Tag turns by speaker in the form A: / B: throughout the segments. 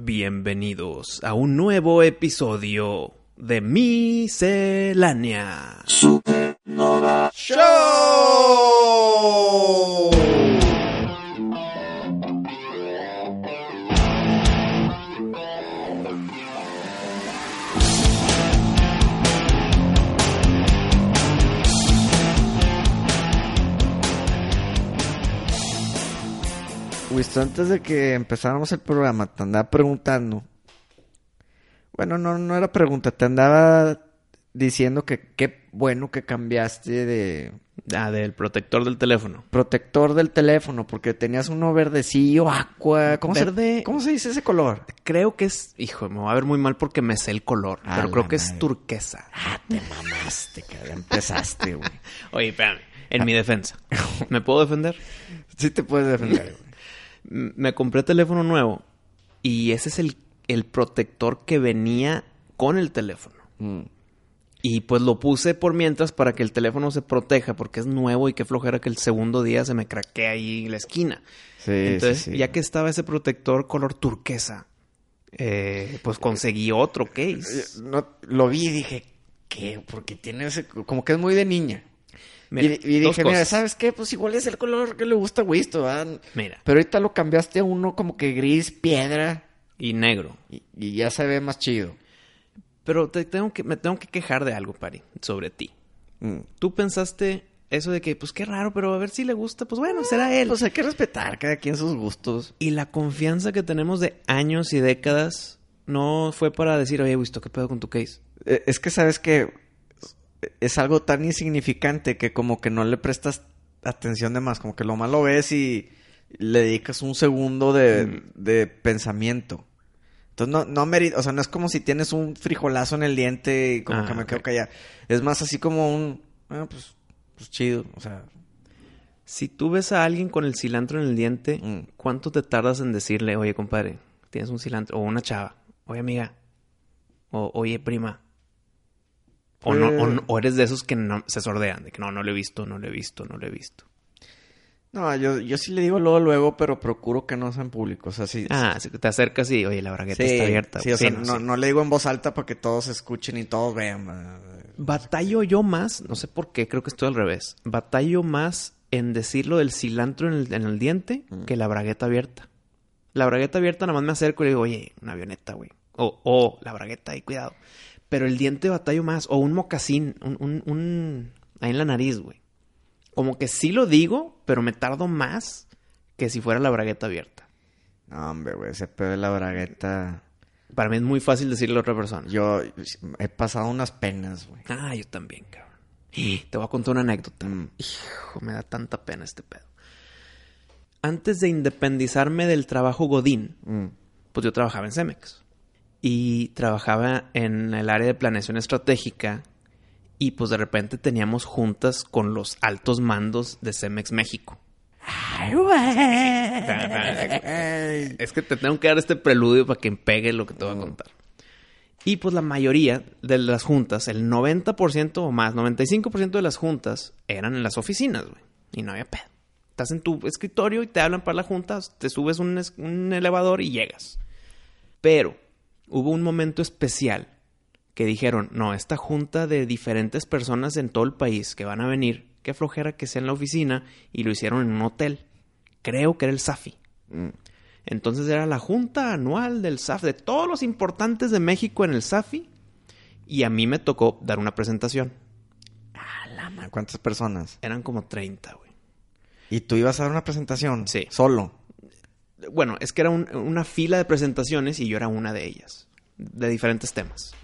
A: Bienvenidos a un nuevo episodio de Miscelánea.
B: Supernova.
A: Show.
C: Wisto, antes de que empezáramos el programa, te andaba preguntando. Bueno, no, no era pregunta, te andaba diciendo que qué bueno que cambiaste de
A: Ah, del protector del teléfono.
C: protector del teléfono, porque tenías uno verdecillo, aqua. ¿Cómo,
A: Verde.
C: Se, ¿cómo se dice ese color?
A: Creo que es, hijo, me va a ver muy mal porque me sé el color,
C: Ah,
A: pero creo
C: la
A: que es
C: madre.
A: turquesa.
C: Ah, te mamaste, cabrón. Empezaste, güey.
A: Oye, espérame, en
C: Ah.
A: mi defensa. ¿Me puedo defender?
C: Sí te puedes defender, güey.
A: M- Me compré teléfono nuevo y ese es el, el protector que venía con el teléfono.
C: Mm.
A: Y pues lo puse por mientras para que el teléfono se proteja, porque es nuevo y qué flojera que el segundo día se me craquea ahí la esquina.
C: Sí,
A: Entonces,
C: sí, sí.
A: ya que estaba ese protector color turquesa, eh, pues conseguí otro
C: Eh,
A: case.
C: no- lo vi y dije, ¿qué? Porque tiene ese. Como que es muy de niña.
A: Mira,
C: y, y
A: dos
C: dije, mira,
A: cosas.
C: ¿sabes qué? Pues igual es el color que le gusta a Wisto, ¿verdad?
A: Mira,
C: Pero ahorita lo cambiaste a uno como que gris, piedra,
A: y negro.
C: y, y ya se ve más chido.
A: Pero te tengo que, me tengo que quejar de algo, Pari, sobre ti.
C: Mm.
A: Tú pensaste eso de que, pues qué raro, pero a ver si le gusta, pues bueno, será él.
C: Pues hay que respetar cada quien sus gustos.
A: Y la confianza que tenemos de años y décadas no fue para decir, oye, visto ¿qué pedo con tu case?
C: Eh, Es que sabes que es algo tan insignificante que como que no le prestas atención de más, como que lo más lo ves y le dedicas un segundo de,
A: Mm.
C: de pensamiento. Entonces no, no meri- o sea, no es como si tienes un frijolazo en el diente y como
A: Ah,
C: que me quedo
A: ok.
C: callado. Es más así como un, ah, pues, pues chido, o sea,
A: Si tú ves a alguien con el cilantro en el diente,
C: Mm.
A: ¿cuánto te tardas en decirle, oye, compadre, tienes un cilantro? O una chava, oye, amiga, o oye, prima. O, no,
C: Eh.
A: o, no- o eres de esos que no, se sordean, de que no, no lo he visto, no lo he visto, no lo he visto.
C: No, yo, yo sí le digo luego, luego, pero procuro que no sea en público. O sea, sí.
A: Ah, si te acercas y, oye, la bragueta
C: sí,
A: está abierta.
C: sí, o
A: Sí,
C: sea,
A: no,
C: no,
A: sí.
C: no le digo en voz alta para que todos escuchen y todos vean.
A: Batallo yo más, no sé por qué, creo que estoy al revés. Batallo más en decir lo del cilantro en el, en el diente que la bragueta abierta. La bragueta abierta nada más me acerco y le digo, oye, una avioneta, güey. O, o, la bragueta, ahí, cuidado. Pero el diente batallo más. O un mocasín, un, un, un- ahí en la nariz, güey. Como que sí lo digo, pero me tardo más que si fuera la bragueta abierta.
C: No, hombre, güey, ese pedo de la bragueta.
A: Para mí es muy fácil decirle a otra persona.
C: Yo he pasado unas penas, güey.
A: Ah, yo también, cabrón. Te voy a contar una anécdota.
C: Mm.
A: Hijo, me da tanta pena este pedo. Antes de independizarme del trabajo Godín,
C: Mm.
A: pues yo trabajaba en Cemex. Y trabajaba en el área de planeación estratégica. Y pues de repente teníamos juntas con los altos mandos de Cemex México. Es que te tengo que dar este preludio para que pegue lo que te voy a contar. Y pues la mayoría de las juntas, el 90% o más, 95% de las juntas eran en las oficinas, güey. Y no había pedo. Estás en tu escritorio y te hablan para la junta, te subes un, es- un elevador y llegas. Pero hubo un momento especial que dijeron, no, esta junta de diferentes personas en todo el país que van a venir, qué flojera que sea en la oficina, y lo hicieron en un hotel. Creo que era el Safi. Entonces era la junta anual del SAF, de todos los importantes de México en el SAFI. Y a mí me tocó dar una presentación.
C: Mamá, ¿Cuántas personas?
A: Eran como 30, güey.
C: ¿Y tú ibas a dar una presentación?
A: Sí.
C: Solo.
A: Bueno, es que era un- una fila de presentaciones y yo era una de ellas, de diferentes temas.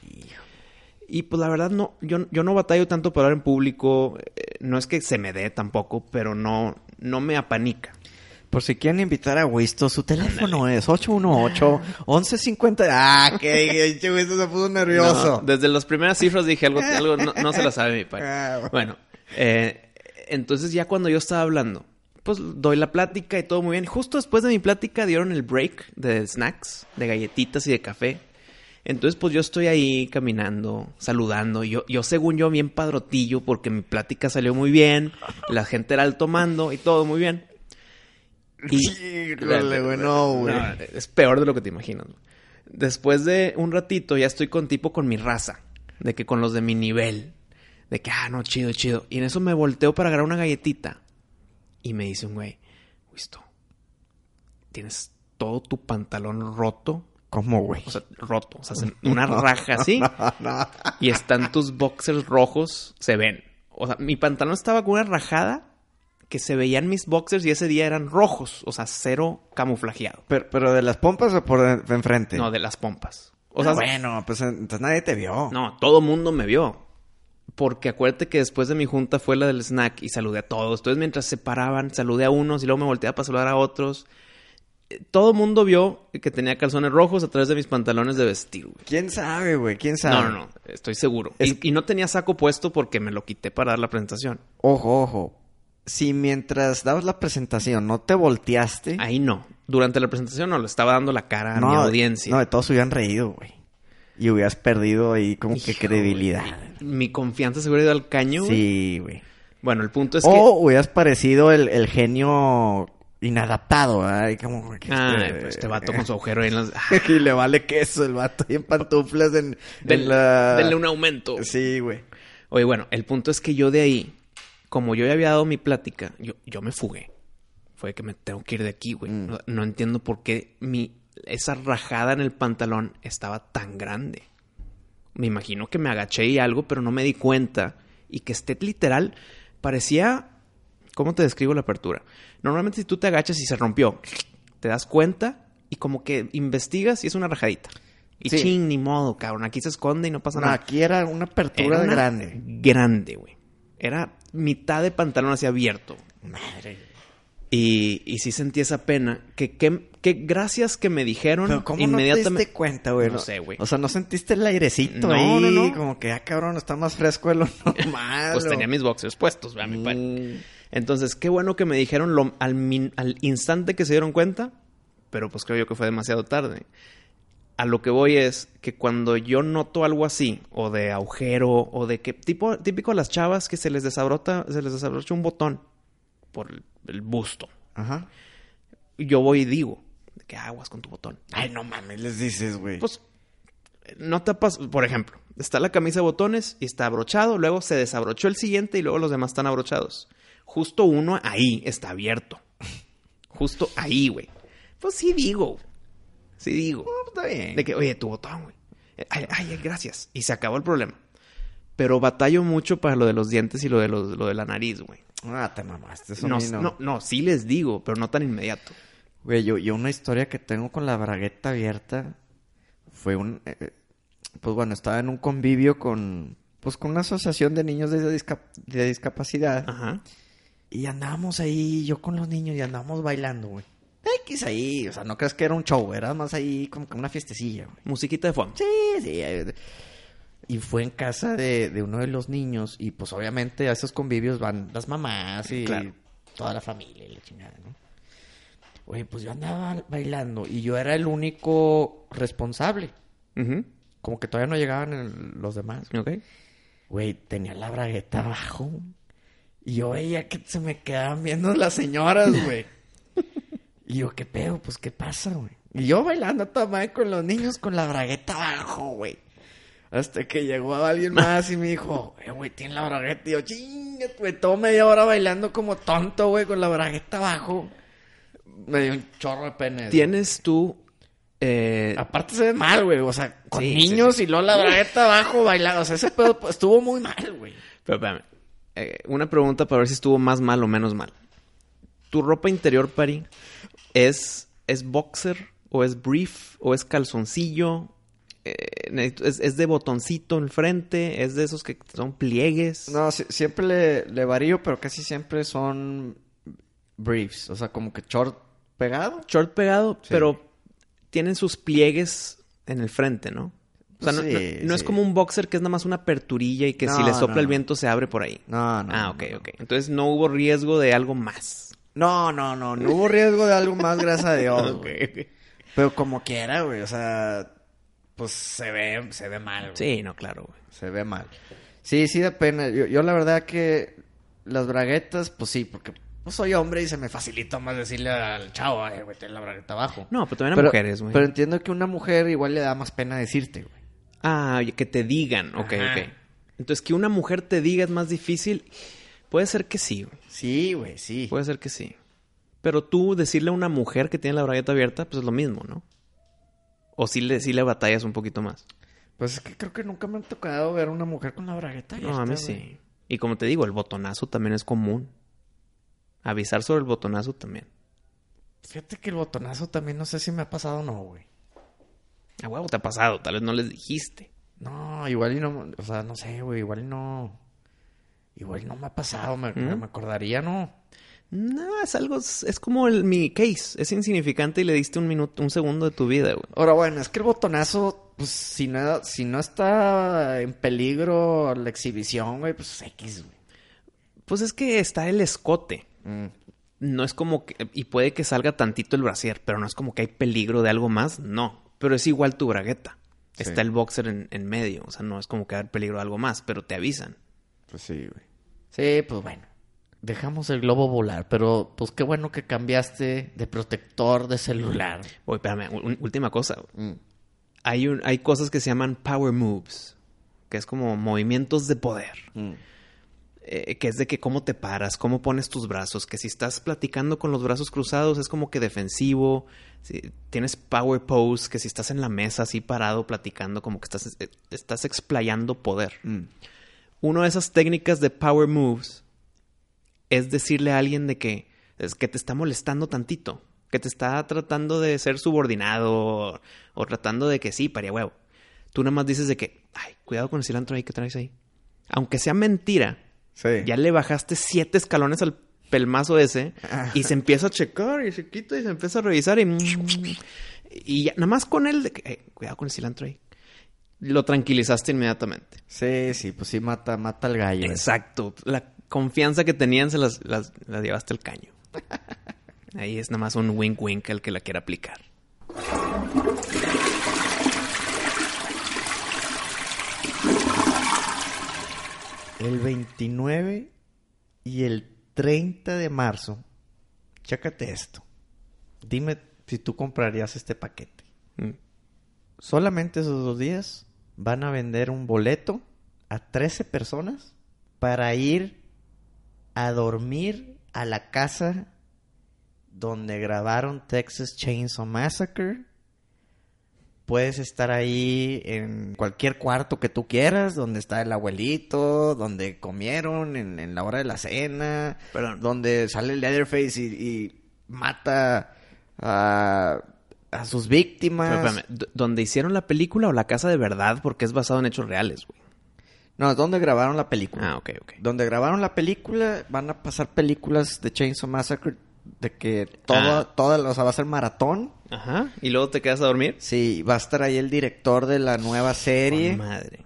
A: Y pues la verdad, no, yo, yo no batallo tanto para hablar en público, eh, no es que se me dé tampoco, pero no, no me apanica.
C: Por si quieren invitar a Wisto, su teléfono es 818-1150. Ah, que che, Wisto se puso nervioso.
A: No, desde las primeras cifras dije algo, algo no, no se la sabe mi padre.
C: Ah, bueno.
A: Bueno, eh, entonces ya cuando yo estaba hablando, pues doy la plática y todo muy bien. Justo después de mi plática dieron el break de snacks, de galletitas y de café. Entonces, pues yo estoy ahí caminando, saludando. Yo, yo según yo, bien padrotillo, porque mi plática salió muy bien. La gente era al tomando y todo muy bien.
C: Híjole, güey, no, güey.
A: No, es peor de lo que te imaginas. güey. Después de un ratito ya estoy con tipo con mi raza, de que con los de mi nivel, de que ah no, chido, chido. Y en eso me volteo para agarrar una galletita y me dice un güey, "Wisto, tienes todo tu pantalón roto."
C: ¿Cómo, güey?
A: O sea, roto, o sea, se- una raja así. Y están tus boxers rojos, se ven. O sea, mi pantalón estaba con una rajada que se veían mis boxers y ese día eran rojos, o sea, cero camuflajeado.
C: Pero, pero de las pompas o por de- de enfrente.
A: No, de las pompas. O sea,
C: Ah, bueno, pues entonces nadie te vio.
A: no, todo mundo me vio. Porque acuérdate que después de mi junta fue la del snack y saludé a todos. Entonces, mientras se paraban, saludé a unos y luego me volteaba para saludar a otros. Eh, Todo mundo vio que tenía calzones rojos a través de mis pantalones de vestir, güey.
C: ¿Quién sabe, güey? ¿Quién sabe?
A: No, no, no, estoy seguro.
C: Es-
A: Y, y no tenía saco puesto porque me lo quité para dar la presentación.
C: Ojo, ojo. Si mientras dabas la presentación no te volteaste...
A: Ahí no. Durante la presentación no, lo estaba dando la cara a mi audiencia.
C: No, de todos hubieran reído, güey. Y hubieras perdido ahí como que
A: Hijo,
C: credibilidad.
A: Mi confianza se hubiera ido al caño. güey.
C: Sí, Oh, güey.
A: Bueno, el punto es
C: o
A: que...
C: hubieras parecido el, el genio inadaptado, ¿verdad? Y como que
A: Ah, pues este vato con su agujero ahí en las... Ah,
C: y le vale queso el vato y en pantuflas en, en
A: denle-
C: la...
A: denle un aumento.
C: Sí, güey.
A: Oye, bueno, el punto es que yo de ahí, como yo ya había dado mi plática, yo, yo me fugué. Fue que me tengo que ir de aquí, güey. No, no entiendo por qué mi, esa rajada en el pantalón estaba tan grande. Me imagino que me agaché y algo, pero no me di cuenta. Y que esté literal, parecía... ¿Cómo te describo la apertura? Normalmente si tú te agachas y se rompió, te das cuenta y como que investigas y es una rajadita. Y
C: Sí.
A: ching, ni modo, cabrón. Aquí se esconde y no pasa
C: No,
A: nada.
C: aquí era una apertura
A: Era una-
C: grande.
A: Grande, güey. Era mitad de pantalón así abierto.
C: Madre.
A: Y, y sí sentí esa pena. Que, que, que gracias que me dijeron
C: Pero ¿cómo no te
A: inmediatamente.
C: diste cuenta, güey?
A: No sé, güey.
C: O sea, ¿no sentiste el airecito
A: No,
C: ahí?
A: no, no.
C: Como que, ah, cabrón, está más fresco de lo normal.
A: pues
C: o-
A: tenía mis boxers puestos, a mi padre.
C: Mm.
A: Entonces, qué bueno que me dijeron lo- al, min- al instante que se dieron cuenta, pero pues creo yo que fue demasiado tarde. A lo que voy es que cuando yo noto algo así, o de agujero, o de que tipo, típico a las chavas que se les desabrota, se les desabrocha un botón por el- el busto.
C: Ajá.
A: yo voy y digo, de que aguas con tu botón.
C: Ay, no mames, les dices, güey.
A: Pues, no tapas, por ejemplo, está la camisa de botones y está abrochado, luego se desabrochó el siguiente y luego los demás están abrochados. Justo uno ahí está abierto. Justo ahí, güey. Pues sí digo, sí digo.
C: pues, está bien.
A: De que, oye, tu botón, güey. Ay, ay, ay, gracias. Y se acabó el problema. Pero batallo mucho para lo de los dientes y lo de, los- lo de la nariz, güey.
C: Ah, te mamaste. Eso
A: No,
C: a mí no.
A: no, no, sí les digo, pero no tan inmediato.
C: Güey, yo, yo una historia que tengo con la bragueta abierta fue un... eh, eh, pues bueno, estaba en un convivio con... Pues con una asociación de niños de, discap- de discapacidad.
A: Ajá.
C: Y andábamos ahí, yo con los niños, y andábamos bailando, güey. X ahí, o sea, no creas que era un show, era más ahí como que una fiestecilla, güey.
A: Musiquita de fondo.
C: Sí, sí. eh, Y fue en casa de, de uno de los niños, y pues obviamente a esos convivios van las mamás y
A: Claro.
C: toda la familia y la chingada, ¿no? Güey, pues yo andaba bailando y yo era el único responsable.
A: Ujú.
C: Como que todavía no llegaban el- los demás.
A: Ok.
C: Güey, tenía la bragueta abajo. Y yo veía que se me quedaban viendo las señoras, güey. Y yo, ¿qué pedo? Pues, ¿qué pasa, güey? Y yo bailando a toda madre con los niños con la bragueta abajo, güey. Hasta que llegó alguien más y me dijo, eh, güey, tiene la bragueta. Y yo, chinga, güey, todo media hora bailando como tonto, güey, con la bragueta abajo. Me dio un chorro de pene.
A: ¿Tienes tú... eh,
C: Aparte se ve mal, güey. O sea, con
A: Sí, sí,
C: niños y luego la bragueta abajo bailando. O sea, ese pedo pues, estuvo muy mal, güey.
A: pero espérame. Eh, una pregunta para ver si estuvo más mal o menos mal. ¿Tu ropa interior, Pari, es, es boxer o es brief o es calzoncillo? Eh, necesito- es, es de botoncito en frente? ¿Es de esos que son pliegues?
C: No, si- siempre le, le varío, pero casi siempre son briefs, o sea, como que short pegado.
A: Short pegado,
C: Sí.
A: pero tienen sus pliegues en el frente, ¿no? O sea, no,
C: Sí,
A: no- no es
C: sí.
A: como un boxer que es nada más una aperturilla y que si
C: No,
A: le sopla
C: no,
A: el
C: no.
A: viento se abre por ahí.
C: No, no.
A: ah,
C: no,
A: ok,
C: no.
A: ok. Entonces no hubo riesgo de algo más.
C: No, no, no, no hubo riesgo de algo más, gracias a Dios.
A: Ok,
C: güey.
A: ok.
C: Pero como quiera, güey, o sea, pues se ve, se ve mal, güey.
A: Sí, no, claro, güey.
C: Se ve mal. Sí, sí da pena. Yo, yo la verdad que las braguetas, pues sí, porque pues, soy hombre y se me facilita más decirle al chavo, eh, güey, ten la bragueta abajo.
A: No, pero también a
C: Pero-
A: mujeres, güey.
C: Pero entiendo que una mujer igual le da más pena decirte, güey.
A: Ah, oye, que te digan. Ok,
C: Ajá.
A: ok. Entonces, que una mujer te diga es más difícil. Puede ser que sí, güey.
C: Sí, güey, sí.
A: Puede ser que sí. Pero tú decirle a una mujer que tiene la bragueta abierta, pues es lo mismo, ¿no? O sí le, sí le batallas un poquito más.
C: Pues es que creo que nunca me ha tocado ver una mujer con la bragueta
A: No, a mí
C: abierta, güey.
A: sí. Y como te digo, el botonazo también es común. Avisar sobre el botonazo también.
C: Fíjate que el botonazo también no sé si me ha pasado o no, güey.
A: A huevo te ha pasado, tal vez no les dijiste.
C: No, igual y no, o sea, no sé, güey, igual y no. Igual y no me ha pasado, me,
A: ¿Mm?
C: me acordaría, ¿no?
A: No, es algo, es como el mi case. Es insignificante y le diste un minuto, un segundo de tu vida, güey.
C: Ahora, bueno, es que el botonazo, pues si no, si no está en peligro la exhibición, güey, pues X, güey.
A: Pues es que está el escote. No es como que, y puede que salga tantito el brasier, pero no es como que hay peligro de algo más, no. Pero es igual tu bragueta.
C: Sí.
A: Está el boxer en, en medio, o sea, no es como que hay peligro de algo más, pero te avisan.
C: Pues sí, güey. Sí, pues bueno. Dejamos el globo volar, pero pues qué bueno que cambiaste de protector de celular.
A: Oye, espérame, un- última cosa. güey. Hay, un, hay cosas que se llaman power moves, que es como movimientos de poder. eh, que es de que cómo te paras, cómo pones tus brazos, que si estás platicando con los brazos cruzados es como que defensivo, si tienes power pose, que si estás en la mesa así parado platicando como que estás, eh, estás explayando poder. Una de esas técnicas de power moves es decirle a alguien de que es que te está molestando tantito, que te está tratando de ser subordinado o, o tratando de que sí, paría huevo. Tú nada más dices de que, ay, cuidado con el cilantro ahí que traes ahí. Aunque sea mentira,
C: Sí.
A: ya le bajaste siete escalones al pelmazo ese y se empieza a checar y se quita y se empieza a revisar y... Y ya, nada más con él, de que, "Eh, cuidado con el cilantro ahí. Lo tranquilizaste inmediatamente.
C: Sí, sí, pues sí mata, mata al gallo.
A: Exacto. La confianza que tenían se las, las, las llevaste al caño. Ahí es nada más un wink wink al que la quiera aplicar.
C: El 29 y el 30 de marzo, chécate esto. Dime si tú comprarías este paquete.
A: Mm.
C: Solamente esos dos días van a vender un boleto a 13 personas para ir a dormir a la casa donde grabaron Texas Chainsaw Massacre. Puedes estar ahí en cualquier cuarto que tú quieras, donde está el abuelito, donde comieron, en, en la hora de la cena,
A: Perdón.
C: donde sale Leatherface y, y mata a, a sus víctimas.
A: Pero espérame, ¿d- ¿Dónde hicieron la película o la casa de verdad? Porque es basado en hechos reales, güey.
C: No, es donde grabaron la película.
A: Ah, ok, ok.
C: Donde grabaron la película, van a pasar películas de Chainsaw Massacre, de que todo,
A: Ah.
C: todo, o sea, va a ser maratón.
A: Ajá. ¿Y luego te quedas a dormir?
C: Sí, va a estar ahí el director de la nueva serie.
A: Con madre.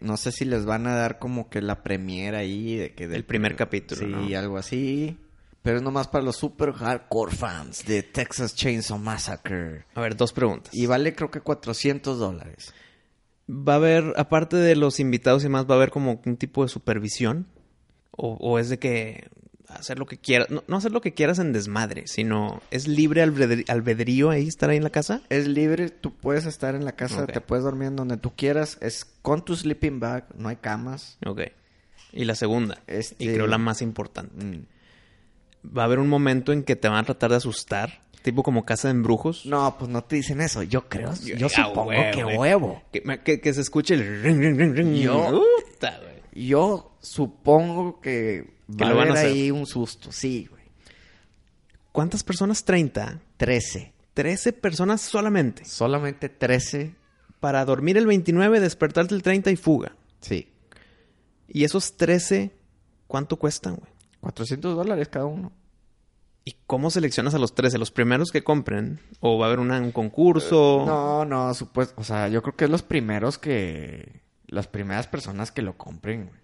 C: No sé si les van a dar como que la premiera ahí de que del
A: El primer capítulo,
C: Sí,
A: ¿no?
C: algo así. Pero es nomás para los super hardcore fans de Texas Chainsaw Massacre.
A: A ver, dos preguntas.
C: Y vale creo que 400 dólares.
A: ¿Va a haber, aparte de los invitados y más, va a haber como un tipo de supervisión? ¿O, o es de que hacer lo que quieras? No, no hacer lo que quieras en desmadre, sino es libre albedr- albedrío ahí, estar ahí en la casa.
C: Es libre, tú puedes estar en la casa,
A: Ok.
C: te puedes dormir en donde tú quieras. Es con tu sleeping bag, no hay camas.
A: Ok. Y la segunda,
C: Este-
A: y creo la más importante.
C: Mm.
A: ¿Va a haber un momento en que te van a tratar de asustar? Tipo como casa de embrujos.
C: No, pues no te dicen eso. Yo creo, yo,
A: Ah,
C: supongo
A: huevo,
C: que
A: güey.
C: huevo.
A: Que, me- que- que se escuche el ring, ring, ring, ring.
C: Yo-
A: Puta, güey.
C: Yo supongo que,
A: Que
C: va
A: lo
C: a
A: van a
C: haber
A: hacer.
C: ahí un susto. Sí, güey.
A: ¿Cuántas personas? 30.
C: 13.
A: 13 personas solamente.
C: Solamente 13.
A: Para dormir el 29, despertarte el 30 y fuga.
C: Sí.
A: Y esos 13, ¿cuánto cuestan, güey?
C: 400 dólares cada uno.
A: ¿Y cómo seleccionas a los 13? ¿Los primeros que compren? ¿O va a haber una- un concurso?
C: Eh, No, no, supuesto. O sea, yo creo que es los primeros que. Las primeras personas que lo compren, güey.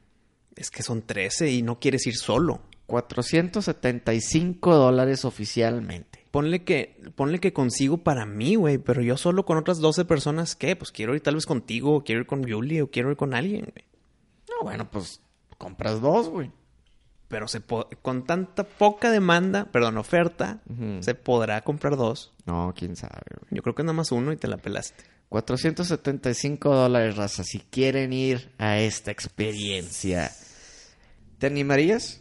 A: Es que son 13 y no quieres ir solo.
C: 475 dólares oficialmente.
A: Ponle que, ponle que consigo para mí, güey, pero yo solo con otras 12 personas, ¿qué? Pues quiero ir tal vez contigo, o quiero ir con Julie, o quiero ir con alguien, güey.
C: No, bueno, pues compras dos, güey.
A: Pero se po- con tanta poca demanda, perdón, oferta,
C: Ujú.
A: se podrá comprar dos.
C: No, quién sabe, güey.
A: Yo creo que nada más uno y te la pelaste.
C: 475 dólares, raza, si quieren ir a esta experiencia. ¿Te animarías?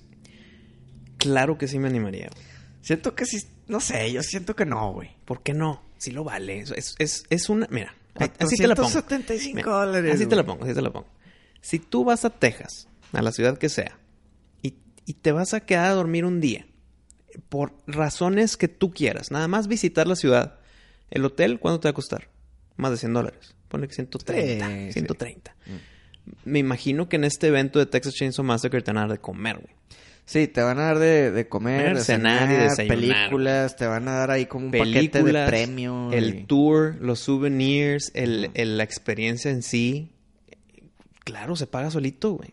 A: Claro que sí me animaría. güey.
C: Siento que sí. No sé, yo siento que no, güey.
A: ¿Por qué no? Si lo vale. Es- Es, es, es una... Mira, así te la pongo.
C: 475
A: Mira,
C: dólares.
A: Así te la pongo, así te la pongo. Si tú vas a Texas, a la ciudad que sea, y, y te vas a quedar a dormir un día, por razones que tú quieras, nada más visitar la ciudad, el hotel, ¿cuánto te va a costar? Más de 100 dólares. Ponle que 130.
C: Sí, Mm. sí.
A: 130. Me imagino que en este evento de Texas Chainsaw Massacre te van a dar de comer, güey.
C: Sí, te van a dar de, de comer,
A: Comer,
C: de
A: cenar
C: cenar,
A: y desayunar.
C: películas, te van a dar ahí como un paquete de
A: Películas,
C: premios.
A: el tour, los souvenirs, el, el- la experiencia en sí. Claro, se paga solito, güey.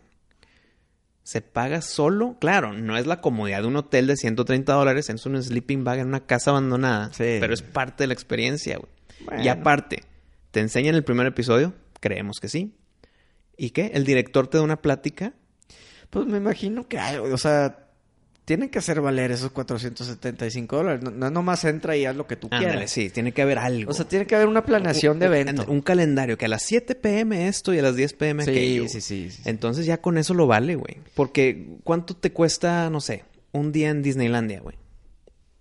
A: Se paga solo. Claro, no es la comodidad de un hotel de 130 dólares, es un sleeping bag en una casa abandonada.
C: Sí.
A: Pero es parte de la experiencia, güey.
C: Bueno.
A: Y aparte, ¿te enseñan el primer episodio? Creemos que sí. ¿Y qué? El director te da una plática.
C: Pues me imagino que hay, o sea, tienen que hacer valer esos 475 dólares. No, no nomás entra y haz lo que tú
A: Ándale,
C: quieras.
A: sí, tiene que haber algo.
C: O sea, tiene que haber una planeación de
A: Un- un-
C: evento.
A: Un calendario que a las 7 pm esto y a las 10 pm
C: Sí,
A: aquello.
C: sí, sí, sí, sí.
A: Entonces ya con eso lo vale, güey. Porque ¿cuánto te cuesta, no sé, un día en Disneylandia, güey?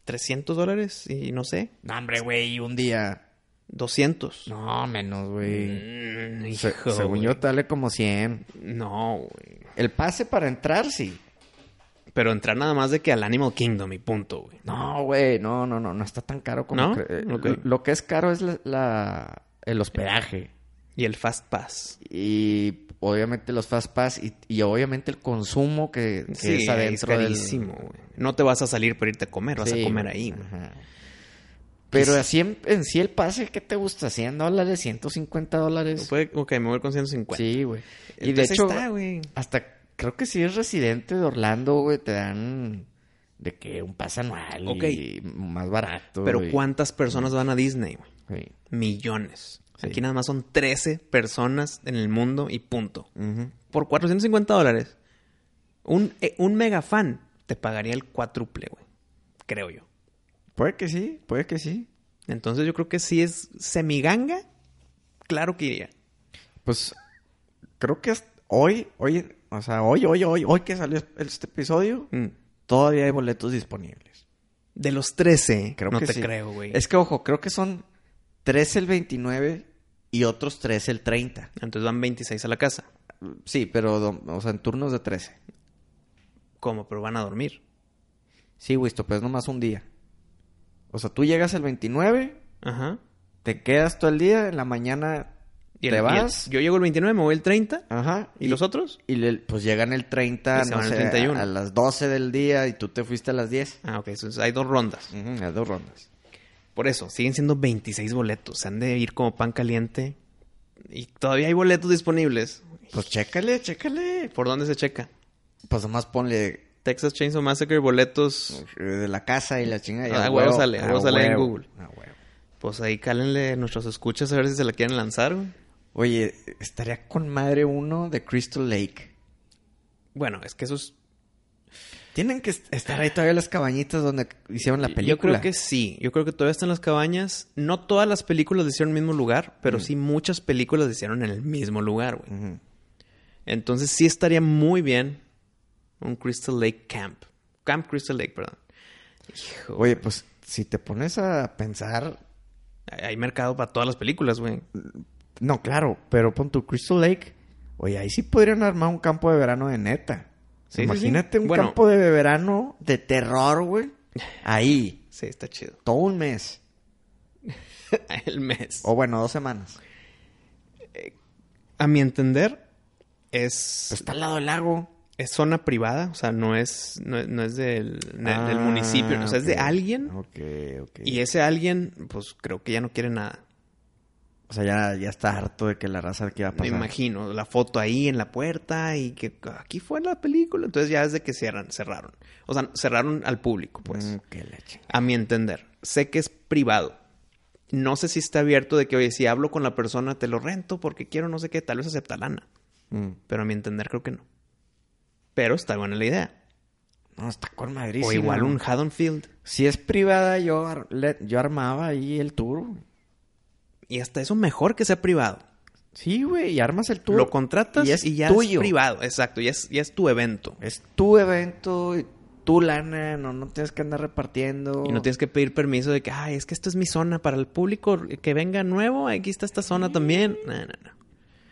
A: ¿300 dólares? Y no sé,
C: No, hombre, güey, un día.
A: 200.
C: No, menos, güey.
A: Mm,
C: Se-
A: hijo,
C: según
A: güey.
C: yo, dale como 100.
A: No, güey.
C: El pase para entrar, sí.
A: Pero entrar nada más de que al Animal Kingdom y punto, güey.
C: No, güey, no, no, no, no está tan caro como...
A: ¿No?
C: cre- eh,
A: Ok.
C: lo, lo que es caro es la, la- el hospedaje.
A: Y el Fast Pass.
C: Y obviamente los fast pass y, y obviamente el consumo que, que
A: Sí,
C: es
A: ahí es
C: adentro del...
A: carísimo, güey. No te vas a salir para irte a comer, vas
C: Sí,
A: a comer
C: güey,
A: ahí, güey.
C: ajá. Pero
A: Quis-
C: así en, en sí el pase, ¿qué te gusta? ¿100 dólares? ¿150 dólares?
A: Puede- Ok, me voy con 150.
C: Sí, güey. Y de
A: Entonces, ahí
C: hecho,
A: está, güey.
C: hasta creo que si eres residente de Orlando, güey, te dan de que un pase anual
A: Ok.
C: y más barato.
A: Pero
C: y-
A: ¿cuántas personas van a Disney? güey?
C: Sí.
A: Millones.
C: Sí.
A: Aquí nada más son 13 personas en el mundo y punto.
C: Ujú.
A: Por 450 dólares, un, eh, un mega fan te pagaría el cuádruple, güey. Creo yo.
C: Puede que sí, puede que sí.
A: Entonces yo creo que si es semiganga, claro que iría.
C: Pues creo que hasta hoy, hoy, o sea, hoy, hoy, hoy, hoy que salió este episodio,
A: Mm.
C: todavía hay boletos disponibles.
A: De los 13,
C: Creo
A: no
C: que
A: te
C: sí.
A: creo, güey.
C: Es que, ojo, creo que son 3 el 29 y otros 3 el 30.
A: Entonces van 26 a la casa.
C: Sí, pero, do- o sea, en turnos de 13.
A: ¿Cómo? Pero van a dormir.
C: Sí, güey, esto pues es nomás un día. O sea, tú llegas el 29,
A: Ajá.
C: te quedas todo el día, en la mañana
A: el-
C: te
A: el-
C: vas.
A: yo llego el 29, me voy el 30.
C: Ajá.
A: ¿Y, los otros?
C: Y le- pues llegan el 30,
A: Y se
C: no
A: van el
C: sé,
A: 31.
C: a las 12 del día y tú te fuiste a las 10.
A: Ah, ok. Entonces hay dos rondas.
C: Ujú, las dos rondas.
A: Por eso, siguen siendo 26 boletos. Se han de ir como pan caliente. Y todavía hay boletos disponibles.
C: Pues chécale, chécale.
A: ¿Por dónde se checa?
C: Pues nomás ponle
A: Texas Chainsaw Massacre, boletos.
C: eh, de la casa y la chingada. y
A: Ah,
C: a
A: huevo sale, a huevo sale en
C: huevo,
A: Google.
C: a huevo.
A: Pues ahí cálenle nuestros escuchas a ver si se la quieren lanzar. güey.
C: Oye, estaría con madre uno de Crystal Lake.
A: Bueno, es que eso es...
C: Tienen que est- estar ahí todavía las cabañitas donde hicieron la película.
A: Yo creo que sí. Yo creo que todavía están las cabañas. No todas las películas las hicieron en el mismo lugar,
C: Mm.
A: pero sí muchas películas las hicieron en el mismo lugar, güey.
C: Ujú.
A: Entonces sí estaría muy bien un Crystal Lake Camp. Camp Crystal Lake, perdón. Hijo,
C: Oye, pues si te pones a pensar.
A: Hay hay mercado para todas las películas, güey.
C: No, claro, pero pon tu Crystal Lake. Oye, ahí sí podrían armar un campo de verano de neta.
A: Sí, sí,
C: Imagínate
A: sí.
C: un
A: Bueno.
C: campo de verano de terror, güey. Ahí,
A: Sí, está chido.
C: todo un mes.
A: El mes.
C: O bueno, dos semanas.
A: A mi entender, es...
C: Pues está al lado del lago.
A: es zona privada, o sea, no es, no, es- no es del, ne-
C: Ah,
A: del municipio, o sea, es de
C: ok.
A: alguien
C: Ok, ok.
A: y ese alguien, pues creo que ya no quiere nada.
C: O sea, ya, ya está harto de que la raza que va a
A: Me
C: pasar.
A: imagino, la foto ahí en la puerta y que aquí fue la película, entonces ya es de que cierran, cerraron. O sea, cerraron al público, pues.
C: Mm, qué leche.
A: A mi entender, sé que es privado. No sé si está abierto de que, oye, si hablo con la persona, te lo rento porque quiero no sé qué, tal vez acepta lana.
C: Mm.
A: Pero a mi entender, creo que no. Pero está buena la idea.
C: No, está con Madrid.
A: o igual un Haddonfield.
C: Si es privada, yo, ar- le- yo armaba ahí el tour. güey.
A: Y hasta eso mejor que sea privado.
C: Sí, güey, y armas el tour.
A: lo contratas
C: y
A: y,
C: es
A: ya es
C: tuyo.
A: privado. Exacto, ya es, ya es tu evento.
C: Es tu evento, y tu lana, no, no tienes que andar repartiendo.
A: Y no tienes que pedir permiso de que, ay, es que esta es mi zona. Para el público que venga nuevo, aquí está esta zona también. No, no, no.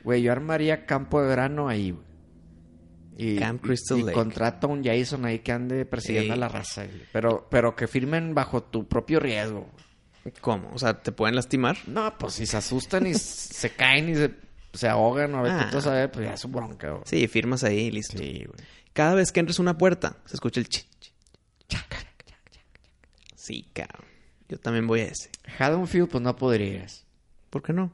C: Güey, yo armaría campo de verano ahí, güey. Y,
A: Camp Crystal
C: y- y
A: Lake.
C: contrata a un Jason ahí que ande persiguiendo
A: Ey.
C: a la raza, güey. Pero, pero que firmen bajo tu propio riesgo. güey.
A: ¿Cómo? O sea, ¿te pueden lastimar?
C: No, pues si se asustan y s- se caen y se, se ahogan o
A: Ah.
C: a tú sabes, pues ya es su bronca, güey.
A: Sí, firmas ahí y listo.
C: Sí, güey.
A: Cada vez que entres una puerta, se escucha el chi. chi, chi, chi. Sí, cabrón. Yo también voy a ese.
C: Haddonfield, pues no podrías.
A: ¿Por qué no?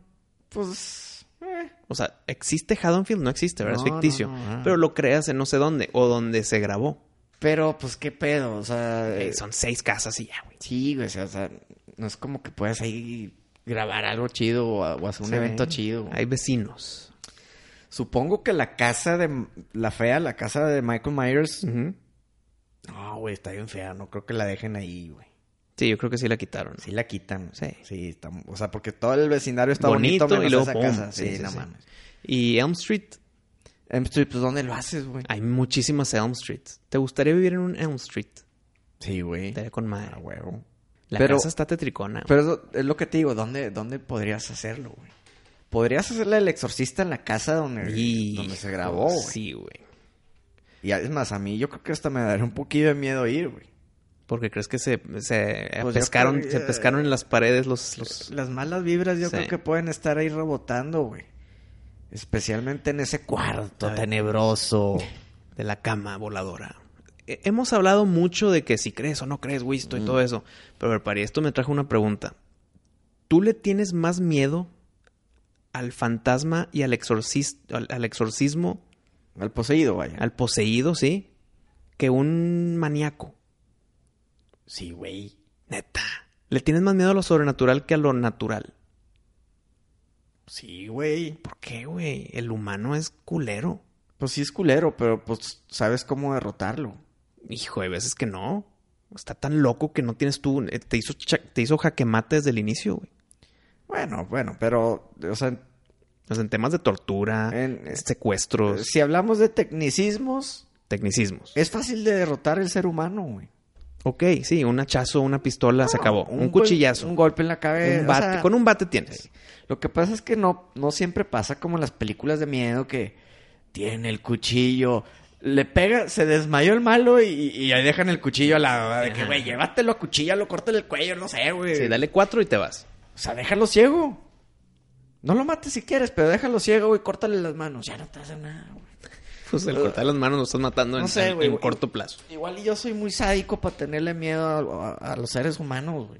C: Pues... eh.
A: O sea, ¿existe Haddonfield? No existe, ¿verdad?
C: No,
A: es ficticio.
C: no, no, ah.
A: Pero lo creas en no sé dónde o donde se grabó.
C: Pero, pues, ¿qué pedo? O sea...
A: Eh, son seis casas y ya, güey.
C: Sí, güey, o sea, o sea, no es como que puedas ahí grabar algo chido o, o hacer un
A: Sí.
C: evento chido. güey.
A: Hay vecinos.
C: Supongo que la casa de... La fea, la casa de Michael Myers...
A: Ujú.
C: No, güey, está bien fea. No creo que la dejen ahí, güey.
A: Sí, yo creo que sí la quitaron.
C: Sí la quitan.
A: Sí.
C: Sí, está- o sea, porque todo el vecindario está bonito,
A: Bonito, y
C: menos
A: luego
C: esa
A: pum.
C: casa.
A: Sí,
C: Sí,
A: sí,
C: no
A: sí.
C: mames.
A: Y Elm Street,
C: Em, pues, pues, ¿dónde lo haces, güey?
A: hay muchísimas Elm Street. ¿Te gustaría vivir en un Elm Street?
C: Sí, güey.
A: Estaría con madre.
C: A huevo.
A: La
C: Pero-
A: casa está tetricona.
C: Pero eso es lo que te digo, ¿dónde, dónde podrías hacerlo, güey? Podrías hacerle el exorcista en la casa donde,
A: Y-
C: eh, donde se grabó, güey.
A: Sí, güey.
C: Y además, a mí yo creo que hasta me daría un poquito de miedo ir, güey.
A: Porque crees que se, se
C: Pues yo
A: pescaron,
C: creo
A: se
C: que-
A: pescaron en las paredes los, los-
C: Las malas vibras yo
A: Sí.
C: creo que pueden estar ahí rebotando, güey. Especialmente en ese cuarto
A: A ver.
C: tenebroso.
A: de la cama voladora. Eh, Hemos hablado mucho de que si crees o no crees, Wisto, y todo eso. Pero para esto me trajo una pregunta. ¿Tú le tienes más miedo al fantasma y al, exorcis- al- al exorcismo,
C: Al poseído, vaya.
A: al poseído, sí? Que un maníaco.
C: Sí, güey.
A: Neta. Le tienes más miedo a lo sobrenatural que a lo natural.
C: Sí, güey.
A: ¿Por qué, güey? El humano es culero.
C: Pues sí es culero, pero pues sabes cómo derrotarlo.
A: Hijo, hay veces que no. Está tan loco que no tienes tú. eh, Te hizo, cha- te hizo jaque mate desde el inicio, güey.
C: Bueno, bueno, pero, o sea,
A: O sea, en temas de tortura,
C: En-
A: eh, secuestros,
C: si hablamos de tecnicismos,
A: tecnicismos.
C: es fácil de derrotar el ser humano, güey.
A: Ok, sí, un hachazo, una pistola, se acabó. Un,
C: gol-
A: cuchillazo.
C: Un
A: Un,
C: golpe en la cabeza. o
A: bate.
C: sea,
A: con un bate tienes.
C: Lo que pasa es que no, no siempre pasa como en las películas de miedo que tiene el cuchillo, le pega, se desmayó el malo y, y ahí dejan el cuchillo a la... De que,
A: Ajá.
C: güey, llévatelo a cuchilla, lo corta el cuello, no sé, güey.
A: Sí, dale cuatro y te vas.
C: O sea, déjalo ciego. No lo mates si quieres, pero déjalo ciego, güey, córtale las manos. Ya no te hace nada, güey.
A: Pues el cortar las manos lo estás matando
C: eh, No
A: en,
C: sé,
A: en-
C: güey,
A: en
C: güey.
A: corto plazo.
C: Igual y yo soy muy sádico para tenerle miedo a, a- a los seres humanos, güey.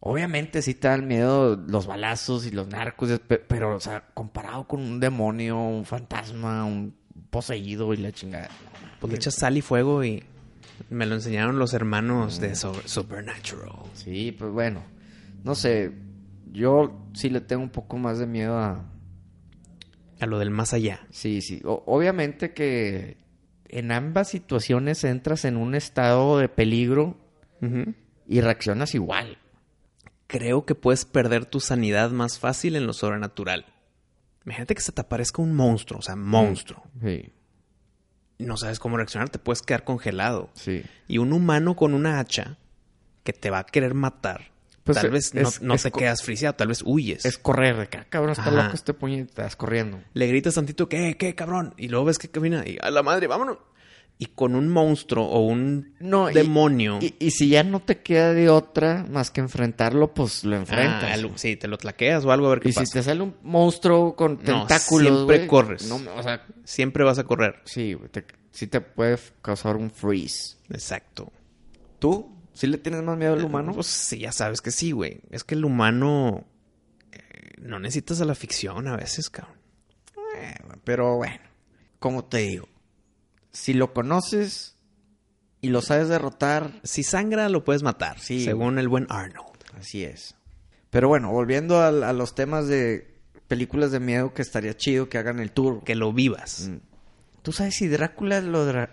C: Obviamente sí te dan miedo los balazos y los narcos, pe- pero, o sea, comparado con un demonio, un fantasma, un poseído y la chingada. no,
A: Pues le echas sal y fuego y me lo enseñaron los hermanos de Sob- Supernatural.
C: Sí, pues bueno, no sé, yo sí le tengo un poco más de miedo a...
A: A lo del más allá.
C: Sí, sí, o- obviamente que en ambas situaciones entras en un estado de peligro
A: Ujú.
C: y reaccionas igual.
A: creo que puedes perder tu sanidad más fácil en lo sobrenatural. Imagínate que se te aparezca un monstruo, o sea, monstruo.
C: Sí, Mm.
A: No sabes cómo reaccionar, te puedes quedar congelado.
C: sí.
A: Y un humano con una hacha que te va a querer matar,
C: Pues
A: tal
C: es-
A: vez no,
C: es-
A: no
C: es
A: te
C: co-
A: quedas friseado, tal vez huyes.
C: es correr de acá, cabrón, está
A: Ajá.
C: loco este puñetazo corriendo.
A: "Eh, Le gritas tantito, ¿qué, qué, cabrón? Y luego ves que camina y a la madre, vámonos. y con un monstruo o un
D: No, y-
A: demonio.
D: Y, y si ya no te queda de otra más que enfrentarlo, pues lo enfrentas.
A: Ah, lo- sí, te lo tlaqueas o algo a ver qué
D: y si
A: pasa.
D: te sale un monstruo con tentáculos,
A: siempre
D: güey,
A: corres.
D: no, o sea,
A: Siempre vas a correr.
D: sí, güey, te, sí te puede f- causar un freeze.
A: Exacto.
C: ¿Tú? ¿Sí le tienes más miedo al humano?
A: Pues sí, ya sabes que sí, güey. Es que el humano. eh, no necesitas a la ficción a veces, cabrón.
C: Eh, pero bueno, como te digo, si lo conoces y lo sabes derrotar,
A: Si sangra, lo puedes matar.
C: Sí,
A: Según el buen Arnold.
C: así es. Pero bueno, volviendo al- a, los temas de películas de miedo que estaría chido que hagan el tour.
A: Que lo vivas.
C: ¿Tú sabes si Drácula, lo dra-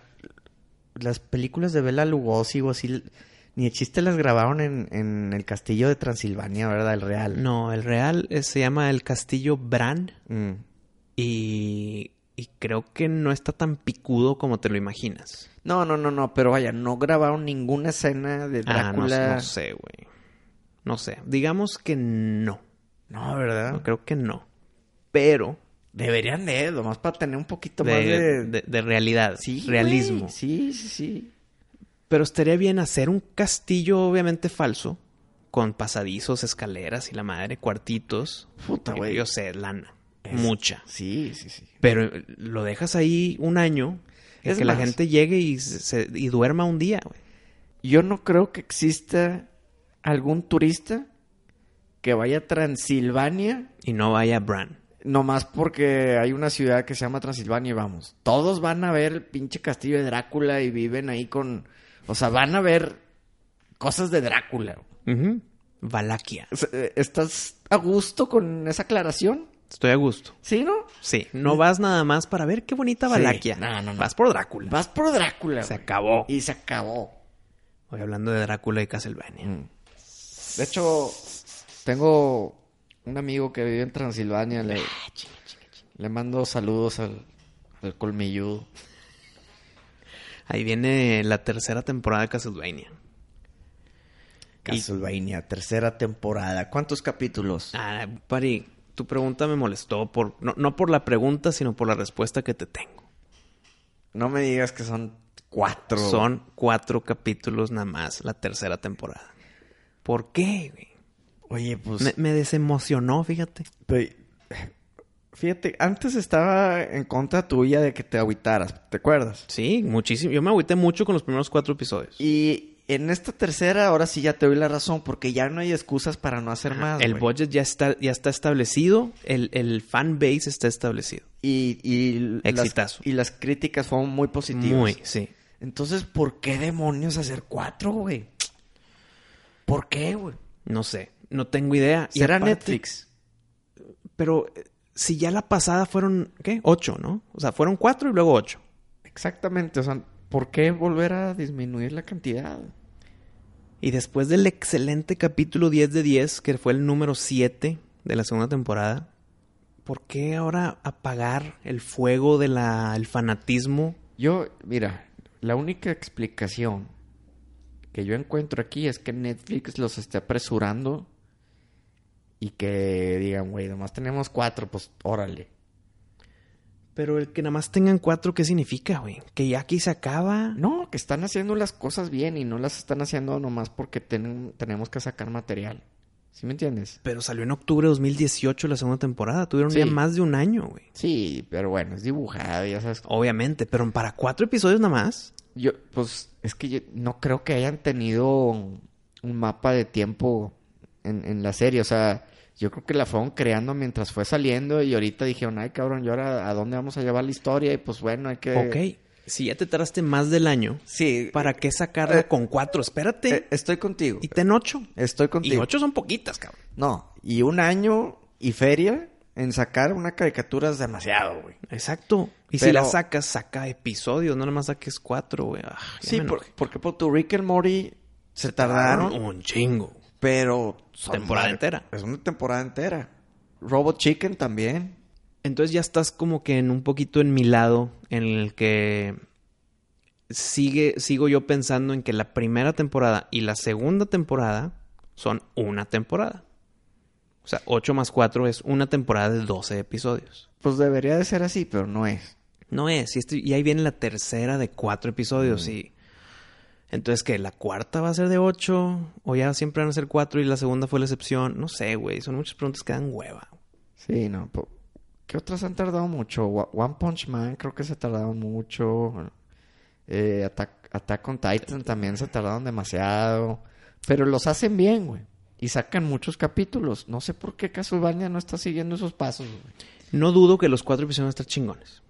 C: las películas de Bela Lugosi o así, ni el chiste las grabaron en, en el castillo de Transilvania, ¿verdad? El real.
A: No, el real eh, se llama el Castillo Bran.
C: Mm.
A: Y, y creo que no está tan picudo como te lo imaginas.
C: No, no, no, no, pero vaya, no grabaron ninguna escena de
A: Ah, no,
C: Drácula.
A: no sé, güey. No sé. Digamos que no.
C: no, ¿verdad?
A: No, Creo que no. Pero
C: Deberían de, nomás para tener un poquito
A: de,
C: más de...
A: de- de realidad.
C: Sí,
A: realismo.
C: güey. Sí, sí, sí.
A: Pero estaría bien hacer un castillo, obviamente falso, con pasadizos, escaleras y la madre, cuartitos.
C: Puta,
A: Yo-
C: güey.
A: Yo sé, lana. Mucha.
C: Sí, sí, sí.
A: Pero eh, lo dejas ahí un año. en
C: Es
A: que la
C: más.
A: gente llegue y, se- se- y duerma un día, güey.
C: Yo no creo que exista algún turista que vaya a Transilvania
A: Y no vaya Bran.
C: nomás porque hay una ciudad que se llama Transilvania y vamos. Todos van a ver el pinche castillo de Drácula y viven ahí con... O sea, van a ver cosas de Drácula.
A: Valaquia.
C: O sea, eh, ¿Estás a gusto con esa aclaración?
A: Estoy a gusto.
C: ¿Sí, no?
A: Sí, no vas nada más para ver qué bonita
C: Sí.
A: Valaquia.
C: No, no, no.
A: Vas por Drácula.
C: Vas por Drácula.
A: Se
C: güey.
A: acabó.
C: Y se acabó.
A: Hoy hablando de Drácula y
C: Mm.
A: Castlevania.
D: De hecho, tengo un amigo que vive en Transilvania. Le,
C: Ah,
D: le mando saludos al, al colmilludo.
A: Ahí viene la tercera temporada de Castlevania.
C: Castlevania, tercera temporada. ¿Cuántos capítulos?
A: Ah, Pari, tu pregunta me molestó. Por, no, no por la pregunta, sino por la respuesta que te tengo.
C: No me digas que son cuatro.
A: Son cuatro capítulos nada más la tercera temporada. ¿Por qué? güey?
C: Oye, pues.
A: Me, me desemocionó, fíjate.
C: pe- Fíjate, antes estaba en contra tuya de que te agüitaras, ¿te acuerdas?
A: Sí, muchísimo. Yo me agüité mucho con los primeros cuatro episodios.
C: Y en esta tercera, ahora sí ya te doy la razón, porque ya no hay excusas para no hacer más.
A: el
C: güey.
A: budget ya está, ya está establecido, el, el fan base está establecido.
C: Y, y, las,
A: Exitazo.
C: y las críticas fueron muy positivas.
A: Muy, sí.
C: Entonces, ¿por qué demonios hacer cuatro, güey? ¿Por qué, güey?
A: No sé, no tengo idea. Y
C: ¿Será
A: aparte-
C: Netflix?
A: Pero eh, si ya la pasada fueron, ¿qué? Ocho, ¿no? O sea, fueron cuatro y luego ocho.
D: Exactamente, o sea, ¿por qué volver a disminuir la cantidad?
A: Y después del excelente capítulo 10 de 10, que fue el número 7 de la segunda temporada, ¿por qué ahora apagar el fuego del fanatismo?
D: Yo, mira, la única explicación que yo encuentro aquí es que Netflix los esté apresurando y que digan, güey, nomás tenemos cuatro, pues órale.
A: Pero el que nada más tengan cuatro, ¿qué significa, güey? Que ya aquí se acaba.
D: No, que están haciendo las cosas bien y no las están haciendo nomás porque ten- tenemos que sacar material. ¿Sí me entiendes?
A: Pero salió en octubre de 2018 la segunda temporada. Tuvieron
D: Sí.
A: ya más de un año, güey.
D: Sí, pero bueno, es dibujado, ya sabes.
A: Obviamente, pero para cuatro episodios nada más.
D: Yo, pues, es que yo no creo que hayan tenido un mapa de tiempo en, en la serie. O sea, yo creo que la fueron creando mientras fue saliendo y ahorita dijeron, ay, cabrón, ¿y ahora a dónde vamos a llevar la historia? Y pues bueno, hay que...
A: Ok. Si ya te tardaste más del año,
C: Sí,
A: ¿para qué sacarla
C: eh,
A: con cuatro? Espérate.
C: eh, estoy contigo.
A: y ten ocho.
C: Estoy
A: Y
C: contigo.
A: ocho son poquitas, cabrón.
C: No, y un año y feria en sacar una caricatura es demasiado, güey.
A: Exacto. Y si
C: Pero-
A: la sacas, saca episodios, no nada más saques cuatro, güey. Ah, ya
C: Sí,
A: me
C: por-
A: enojé.
C: porque por tu Rick and Morty se tardaron,
A: Tardaron un chingo.
C: pero... son
A: Temporada
C: mar-
A: entera.
C: Es una temporada entera. Robot Chicken también.
A: Entonces ya estás como que en un poquito en mi lado, en el que sigue, sigo yo pensando en que la primera temporada y la segunda temporada son una temporada. O sea, ocho más cuatro es una temporada de 12 episodios.
D: Pues debería de ser así, pero no es.
A: No es. Y, este- y ahí viene la tercera de cuatro episodios. Y. Entonces, que ¿La cuarta va a ser de ocho? ¿O ya siempre van a ser cuatro y la segunda fue la excepción? No sé, güey. Son muchas preguntas que dan hueva.
D: Sí, no. po- ¿Qué otras han tardado mucho? Wa- One Punch Man creo que se tardaron mucho. Eh, Attack, Attack on Titan también se tardaron demasiado. Pero los hacen bien, güey. Y sacan muchos capítulos. No sé por qué Castlevania no está siguiendo esos pasos, güey.
A: No dudo que los cuatro episodios van a estar chingones.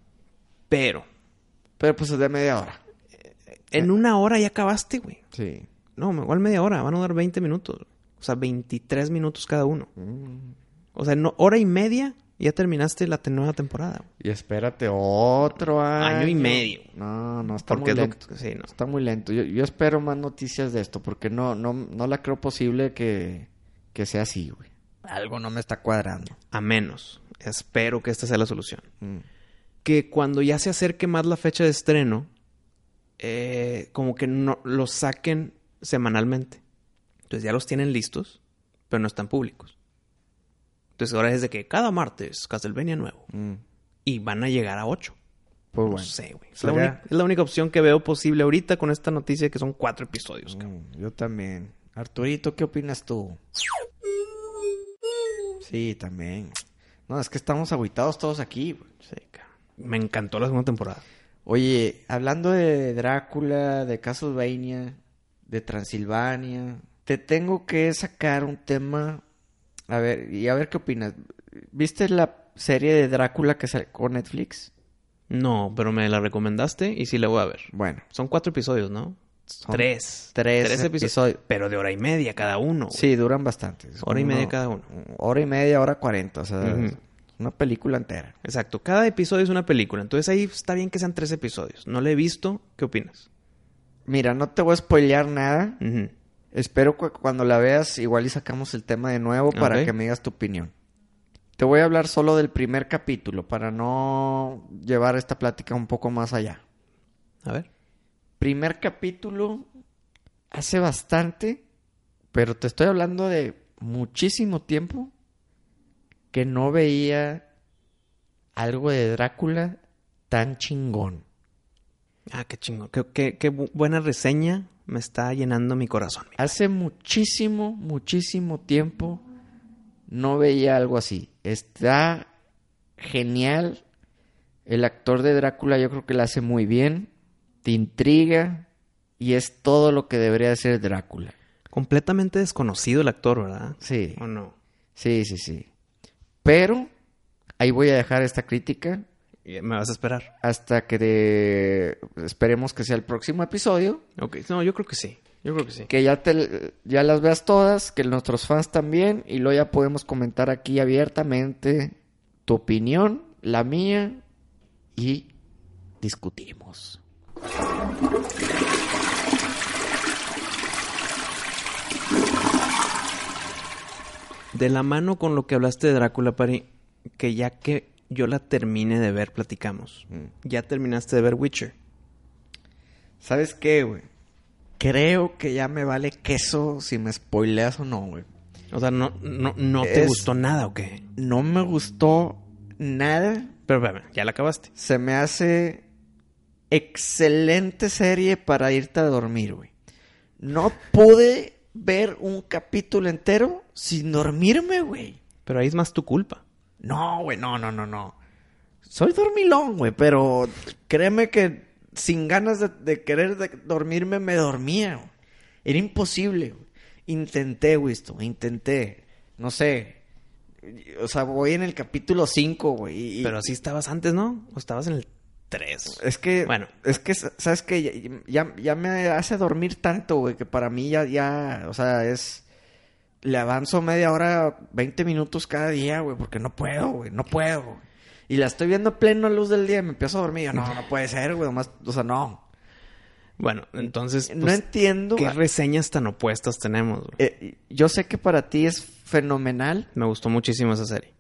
A: Pero.
D: Pero pues es de media hora.
A: En una hora ya acabaste, güey.
D: Sí.
A: No, igual media hora. Van a dar 20 minutos. O sea, 23 minutos cada uno. Mm. O sea, no, hora y media ya terminaste la te- nueva temporada. güey.
D: Y espérate otro año.
A: Año y medio.
D: No, no, está
A: Porque
D: muy
A: es lo
D: lento.
A: que... Sí, no.
D: Está muy lento. Yo, yo espero más noticias de esto porque no, no, no la creo posible que, que sea así, güey.
C: Algo no me está cuadrando.
A: A menos. Espero que esta sea la solución.
D: Mm.
A: Que cuando ya se acerque más la fecha de estreno, eh, como que no los saquen semanalmente. Entonces ya los tienen listos, pero no están públicos. Entonces ahora es de que cada martes Castlevania nuevo. Y van a llegar a 8.
D: mm. Pues
A: No
D: bueno.
A: sé, güey. Es,
C: Sería-
A: la única- es la única opción que veo posible ahorita con esta noticia que son cuatro episodios. cabrón.
D: Mm,
C: yo también. Arturito, ¿qué opinas tú? Sí, también. No, es que estamos agüitados todos aquí. güey.
A: Mm, Sí, cabrón. Me encantó la segunda temporada.
C: Oye, hablando de Drácula, de Castlevania, de Transilvania, te tengo que sacar un tema. A ver, y a ver qué opinas. ¿Viste la serie de Drácula que sacó Netflix?
A: No, pero me la recomendaste y sí la voy a ver.
C: Bueno,
A: Son cuatro episodios, ¿no?
C: Son
A: tres.
C: tres episodios.
A: Pero de hora y media cada uno. güey.
C: sí, duran bastante. Es
A: Hora y
C: como
A: media
C: una-
A: cada uno.
C: Hora y media, hora cuarenta. O sea,
A: Ujú.
C: una película entera.
A: Exacto. Cada episodio es una película. Entonces ahí está bien que sean tres episodios. No la he visto. ¿Qué opinas?
C: Mira, no te voy a spoilear nada.
A: Ujú.
C: Espero que cuando la veas, igual y sacamos el tema de nuevo para
A: Ok.
C: que me digas tu opinión. Te voy a hablar solo del primer capítulo para no llevar esta plática un poco más allá.
A: A ver.
C: Primer capítulo,
D: Hace bastante, pero te estoy hablando de muchísimo tiempo que no veía algo de Drácula tan chingón.
A: Ah, qué chingón. Qué, qué- qué bu- buena reseña me está llenando mi corazón. mi-
D: Hace muchísimo, muchísimo tiempo no veía algo así. Está genial. El actor de Drácula yo creo que la hace muy bien. Te intriga y es todo lo que debería ser Drácula.
A: Completamente desconocido el actor, ¿verdad?
D: Sí.
A: ¿O no?
D: Sí, sí, sí. Pero ahí voy a dejar esta crítica
A: Y Me vas a esperar.
D: hasta que de- esperemos que sea el próximo episodio,
A: Ok. No, yo creo que sí. Yo creo que sí.
D: que ya te ya las veas todas, que nuestros fans también y luego ya podemos comentar aquí abiertamente tu opinión, la mía y discutimos.
A: De la mano con lo que hablaste de Drácula, Pari, que ya que yo la termine de ver, platicamos. Ya terminaste de ver Witcher.
C: ¿Sabes qué, güey? Creo que ya me vale queso si me spoileas o no, güey.
A: O sea, no, no, no te
C: Es-
A: gustó nada o qué.
C: No me gustó nada.
A: Pero espérame, ya la acabaste.
C: Se me hace excelente serie para irte a dormir, güey. No pude ver un capítulo entero sin dormirme, güey.
A: Pero ahí es más tu culpa.
C: No, güey, no, no, no, no. Soy dormilón, güey, pero créeme que sin ganas de, de querer de- dormirme me dormía. güey. Era imposible. güey. Intenté, güey, esto, intenté. No sé. O sea, voy en el capítulo 5, güey. y-
A: Pero así estabas antes, ¿no? O estabas en el 3.
C: es que,
A: Bueno.
C: es que, sa- ¿sabes que ya, ya, ya me hace dormir tanto, güey, que para mí ya, ya, o sea, es... Le avanzo media hora, 20 minutos cada día, güey, porque no puedo, güey, no puedo. güey. Y la estoy viendo a plena luz del día y me empiezo a dormir. Yo, no, no puede ser, güey, nomás, o sea, no.
A: Bueno, entonces,
C: no
A: pues,
C: entiendo.
A: ¿qué reseñas tan opuestas tenemos? güey?
C: Eh, yo sé que para ti es fenomenal
A: Me gustó muchísimo esa serie.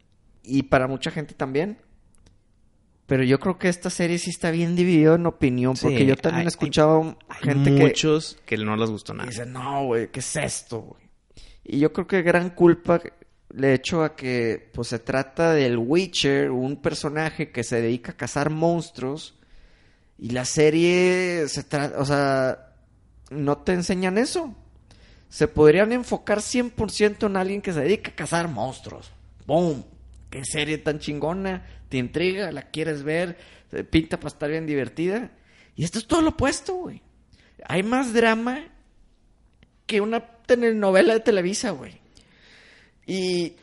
C: y para mucha gente también. Pero yo creo que esta serie sí está bien dividida en opinión,
A: Sí,
C: porque yo también
A: hay-
C: he escuchado
A: Hay
C: gente que...
A: muchos que... no les gustó
C: Y
A: nada.
C: dice, no, güey, ¿qué es esto, güey? Y yo creo que gran culpa le hecho a que pues se trata del Witcher, un personaje que se dedica a cazar monstruos y la serie se trata, o sea, no te enseñan eso. Se podrían enfocar 100% en alguien que se dedica a cazar monstruos. ¡Boom! ¡Qué serie tan chingona! Te intriga, la quieres ver, se pinta para estar bien divertida. Y esto es todo lo opuesto, güey. Hay más drama que una telenovela de Televisa, güey. Y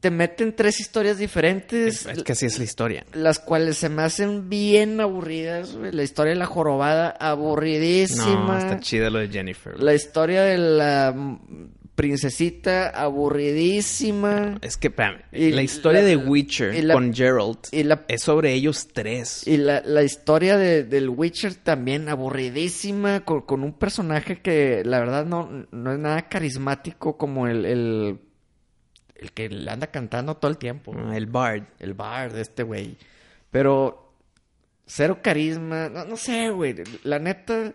C: te meten tres historias diferentes,
A: Es, es que así es la historia.
C: las cuales se me hacen bien aburridas. güey. La historia de la jorobada,
A: No,
C: aburridísima.
A: está chida lo de Jennifer.
C: la historia de la mm, princesita, aburridísima.
A: Es que, espérame,
C: Y
A: la historia
C: la-
A: de Witcher
C: y la-
A: con Gerald
C: y la-
A: es sobre ellos tres.
C: Y la, la historia de- del Witcher también aburridísima, con, con un personaje que la verdad no, no es nada carismático como el, el, el que le anda cantando todo el tiempo.
A: El Bard.
C: El bar de este güey. Pero cero carisma. No, no sé, güey. La neta.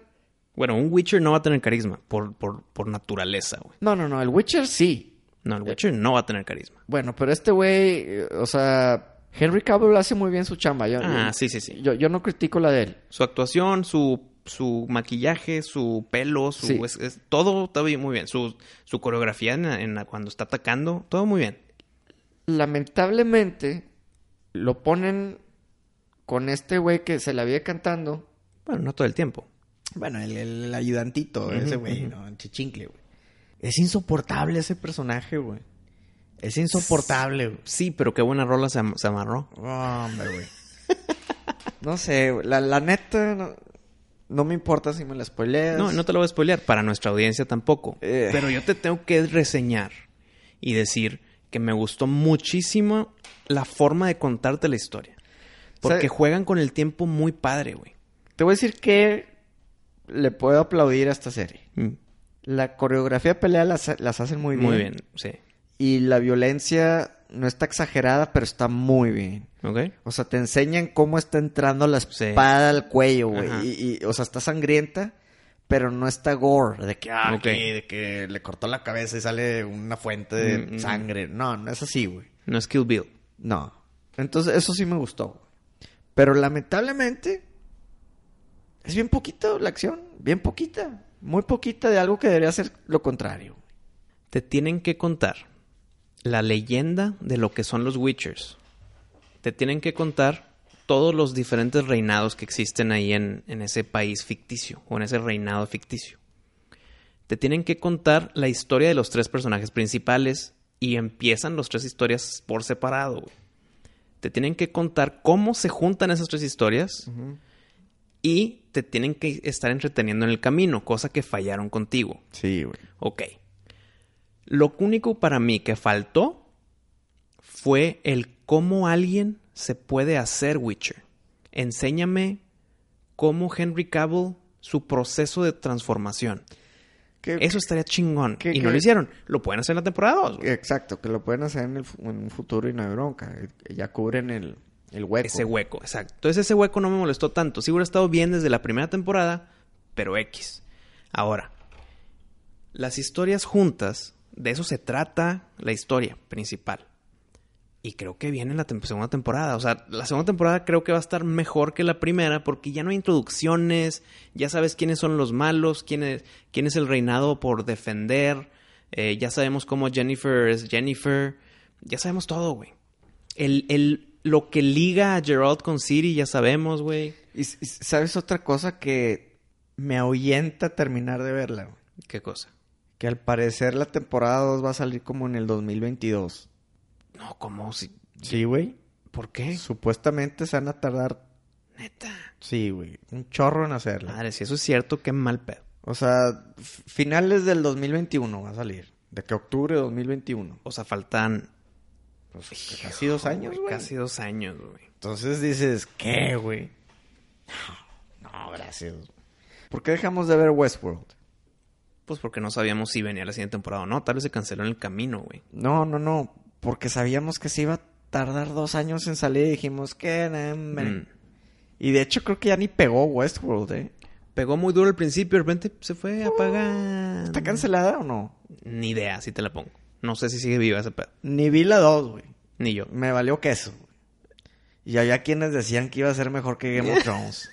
A: Bueno, un Witcher no va a tener carisma por, por, por naturaleza, güey.
C: No, no, no. El Witcher sí.
A: No, el Witcher no va a tener carisma.
C: Bueno, pero este güey, eh, o sea, Henry Cavill hace muy bien su chamba. Yo,
A: Ah,
C: yo-
A: sí, sí, sí.
C: Yo, yo no critico la de él.
A: Su actuación, su, su maquillaje, su pelo, su,
C: Sí.
A: es- es- todo está bien, muy bien. Su, su coreografía en, la- en la- cuando está atacando, todo muy bien.
C: Lamentablemente, lo ponen con este güey que se la vive cantando.
A: Bueno, no todo el tiempo.
C: Bueno, el, el ayudantito, ese güey, ¿no? El chichincle, güey. Es insoportable ese personaje, güey. Es insoportable, güey.
A: Sí, pero qué buena rola se, am- se amarró.
C: Hombre, güey. no sé, güey. la, la neta, no, no me importa si me la spoileas.
A: No, no te lo voy a spoilear, para nuestra audiencia tampoco.
C: Eh.
A: Pero yo te tengo que reseñar y decir que me gustó muchísimo la forma de contarte la historia. Porque
C: ¿Sabe?
A: juegan con el tiempo muy padre, güey.
C: Te voy a decir que le puedo aplaudir a esta serie.
A: Mm,
C: La coreografía de pelea las, las hacen muy bien.
A: Muy bien, sí.
C: Y la violencia no está exagerada, pero está muy bien.
A: ¿Ok?
C: O sea, te enseñan cómo está entrando la
A: Sí.
C: espada al cuello, güey.
A: Ajá.
C: Y, y, o sea, está sangrienta, pero no está gore. De que, ah,
A: Ok.
C: aquí, de que le cortó la cabeza y sale una fuente de
A: Mm, mm.
C: sangre. No, no es así, güey.
A: No es Kill Bill.
C: No. Entonces, eso sí me gustó. güey. Pero lamentablemente, es bien poquito la acción. Bien poquita. Muy poquita de algo que debería ser lo contrario.
A: Te tienen que contar la leyenda de lo que son los Witchers. Te tienen que contar todos los diferentes reinados que existen ahí en, en ese país ficticio o en ese reinado ficticio. Te tienen que contar la historia de los tres personajes principales y empiezan las tres historias por separado. güey. Te tienen que contar cómo se juntan esas tres historias y te tienen que estar entreteniendo en el camino, cosa que fallaron contigo.
C: Sí, güey.
A: Ok. Lo único para mí que faltó fue el cómo alguien se puede hacer Witcher. Enséñame cómo Henry Cavill su proceso de transformación. Eso estaría chingón.
C: qué-
A: y no
C: qué-
A: lo hicieron. Lo pueden hacer en la temporada 2.
C: Exacto, que lo pueden hacer en, el fu- en un futuro y no hay bronca. eh, Ya cubren el, el hueco.
A: Ese hueco, exacto. Entonces ese hueco no me molestó tanto. Sí hubiera estado bien desde la primera temporada, pero X. Ahora, las historias juntas, de eso se trata la historia principal. Y creo que viene la tem- segunda temporada. O sea, la segunda temporada creo que va a estar mejor que la primera porque ya no hay introducciones, ya sabes quiénes son los malos, quién es, quién es el reinado por defender, eh, ya sabemos cómo Jennifer es Jennifer, ya sabemos todo, güey. El, el, lo que liga a Gerald con Siri ya sabemos, güey.
C: Y, s- y s- sabes otra cosa que me ahuyenta terminar de verla. güey?
A: ¿Qué cosa?
C: Que al parecer la temporada 2 va a salir como en el 2022.
A: No, ¿cómo? Si-
C: Sí, güey.
A: ¿Por qué?
C: Supuestamente se van a tardar.
A: Neta.
C: Sí, güey. Un chorro en hacerla.
A: Madre, si eso es cierto, qué mal pedo.
C: O sea, f- finales del 2021 va a salir. De que octubre de 2021.
A: O sea, faltan...
C: Pues, casi dos años, güey.
A: Casi dos años, güey.
C: Entonces dices, ¿qué, güey? No, no, gracias. ¿Por qué dejamos de ver Westworld?
A: Pues porque no sabíamos si venía la siguiente temporada o no. Tal vez se canceló en el camino, güey.
C: No, no, no. Porque sabíamos que se iba a tardar dos años en salir y dijimos que... nah, hombre".
A: Mm.
C: Y de hecho creo que ya ni pegó Westworld, ¿eh?
A: Pegó muy Uh, duro al principio, de repente se fue a apagar.
C: ¿Está cancelada o no?
A: Ni idea, así te la pongo. No sé si sigue viva ese pedo.
C: Ni vi la 2, güey.
A: Ni yo.
C: Me valió queso. güey. Y había quienes decían que iba a ser mejor que Game of Thrones.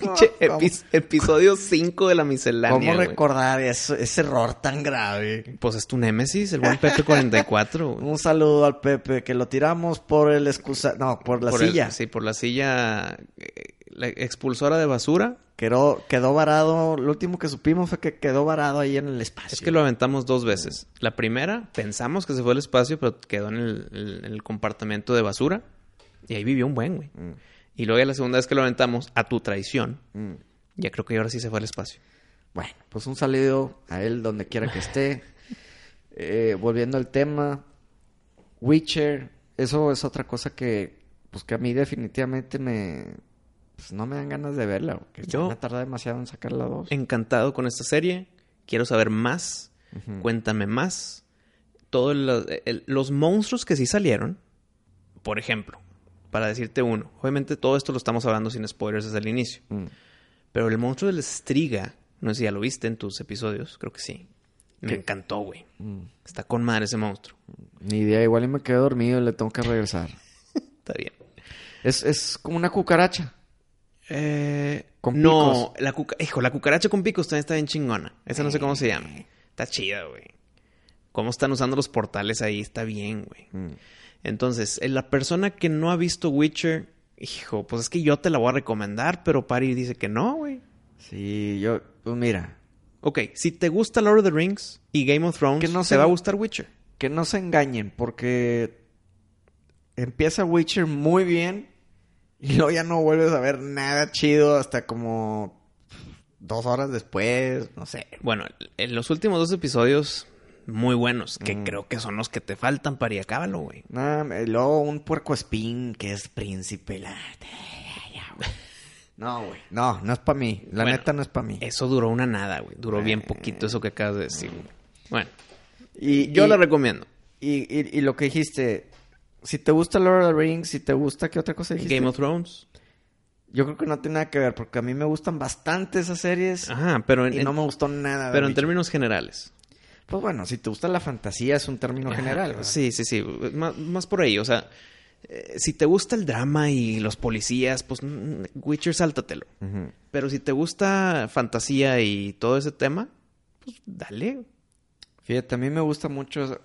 A: Pinche epi- episodio 5 de la miscelánea.
C: ¿Cómo
A: güey.
C: recordar eso- ese error tan grave?
A: Pues es tu némesis, el buen Pepe 44. güey.
C: Un saludo al Pepe, que lo tiramos por el excusa... No, por la
A: Por el-
C: silla.
A: sí, por la silla eh, la expulsora de basura.
C: Quedó, quedó varado. Lo último que supimos fue que quedó varado ahí en el espacio.
A: Es que lo aventamos dos veces. La primera, pensamos que se fue al espacio, pero quedó en el, el- en el compartimento de basura. Y ahí vivió un buen, güey. Y luego ya la segunda vez que lo aventamos, a tu traición,
C: Mm.
A: ya creo que ahora sí se fue al espacio.
D: Bueno, pues un saludo a él donde quiera que esté. Eh, volviendo al tema, Witcher, eso es otra cosa que, pues que a mí definitivamente me, pues no me dan ganas de verla, güey, que
A: Yo-
D: me tarda demasiado en sacar la dos.
A: Encantado con esta serie. Quiero saber más. Cuéntame más. Todos los, el- los monstruos que sí salieron, por ejemplo, para decirte uno. Obviamente todo esto lo estamos hablando sin spoilers desde el inicio.
D: Mm.
A: Pero el monstruo del Striga, no sé si ya lo viste en tus episodios, creo que sí. Me encantó, güey.
D: Mm.
A: Está con madre ese monstruo.
D: Ni idea, igual y me quedo dormido y le tengo que regresar.
A: Está bien.
D: Es, es como una cucaracha. Con
A: Eh, no, la cuca- hijo, la cucaracha con picos también está bien chingona. Esa no sé cómo se llama. Está chida, güey. Cómo están usando los portales ahí, está bien, güey.
D: Mm.
A: Entonces, eh, la persona que no ha visto Witcher, hijo, pues es que yo te la voy a recomendar, pero Pari dice que no, güey.
C: Sí, yo... Pues mira,
A: Ok, si te gusta Lord of the Rings y Game of Thrones,
C: Que no
A: te
C: se-
A: va a gustar Witcher.
C: que no se engañen porque empieza Witcher muy bien y luego ya no vuelves a ver nada chido hasta como dos horas después, no sé.
A: Bueno, en los últimos dos episodios muy buenos, que
C: Mm.
A: creo que son los que te faltan, Pari, acábalo, güey.
C: Nada, me- luego un puerco espín que es príncipe. la- No, güey. No, no es para mí. La
A: Bueno,
C: neta no es para mí.
A: Eso duró una nada, güey. Duró
C: Eh.
A: bien poquito eso que acabas de decir. güey. Bueno,
C: Mm. Y,
A: yo
C: y-
A: la recomiendo.
C: y, y- y lo que dijiste, si te gusta Lord of the Rings, si te gusta, ¿qué otra cosa dijiste?
A: Game of Thrones.
C: Yo creo que no tiene nada que ver porque a mí me gustan bastante esas series
A: Ajá, pero en,
C: y
A: en-
C: no me gustó nada. de
A: pero en
C: Witcher.
A: términos generales.
C: Pues bueno, si te gusta la fantasía es un término general. pues
A: Sí,
C: ¿verdad?
A: sí, sí. Más, más por ahí. O sea, eh, si te gusta el drama y los policías, pues mm, Witcher, sáltatelo. Pero si te gusta fantasía y todo ese tema, pues dale.
C: Fíjate, a mí me gusta mucho es-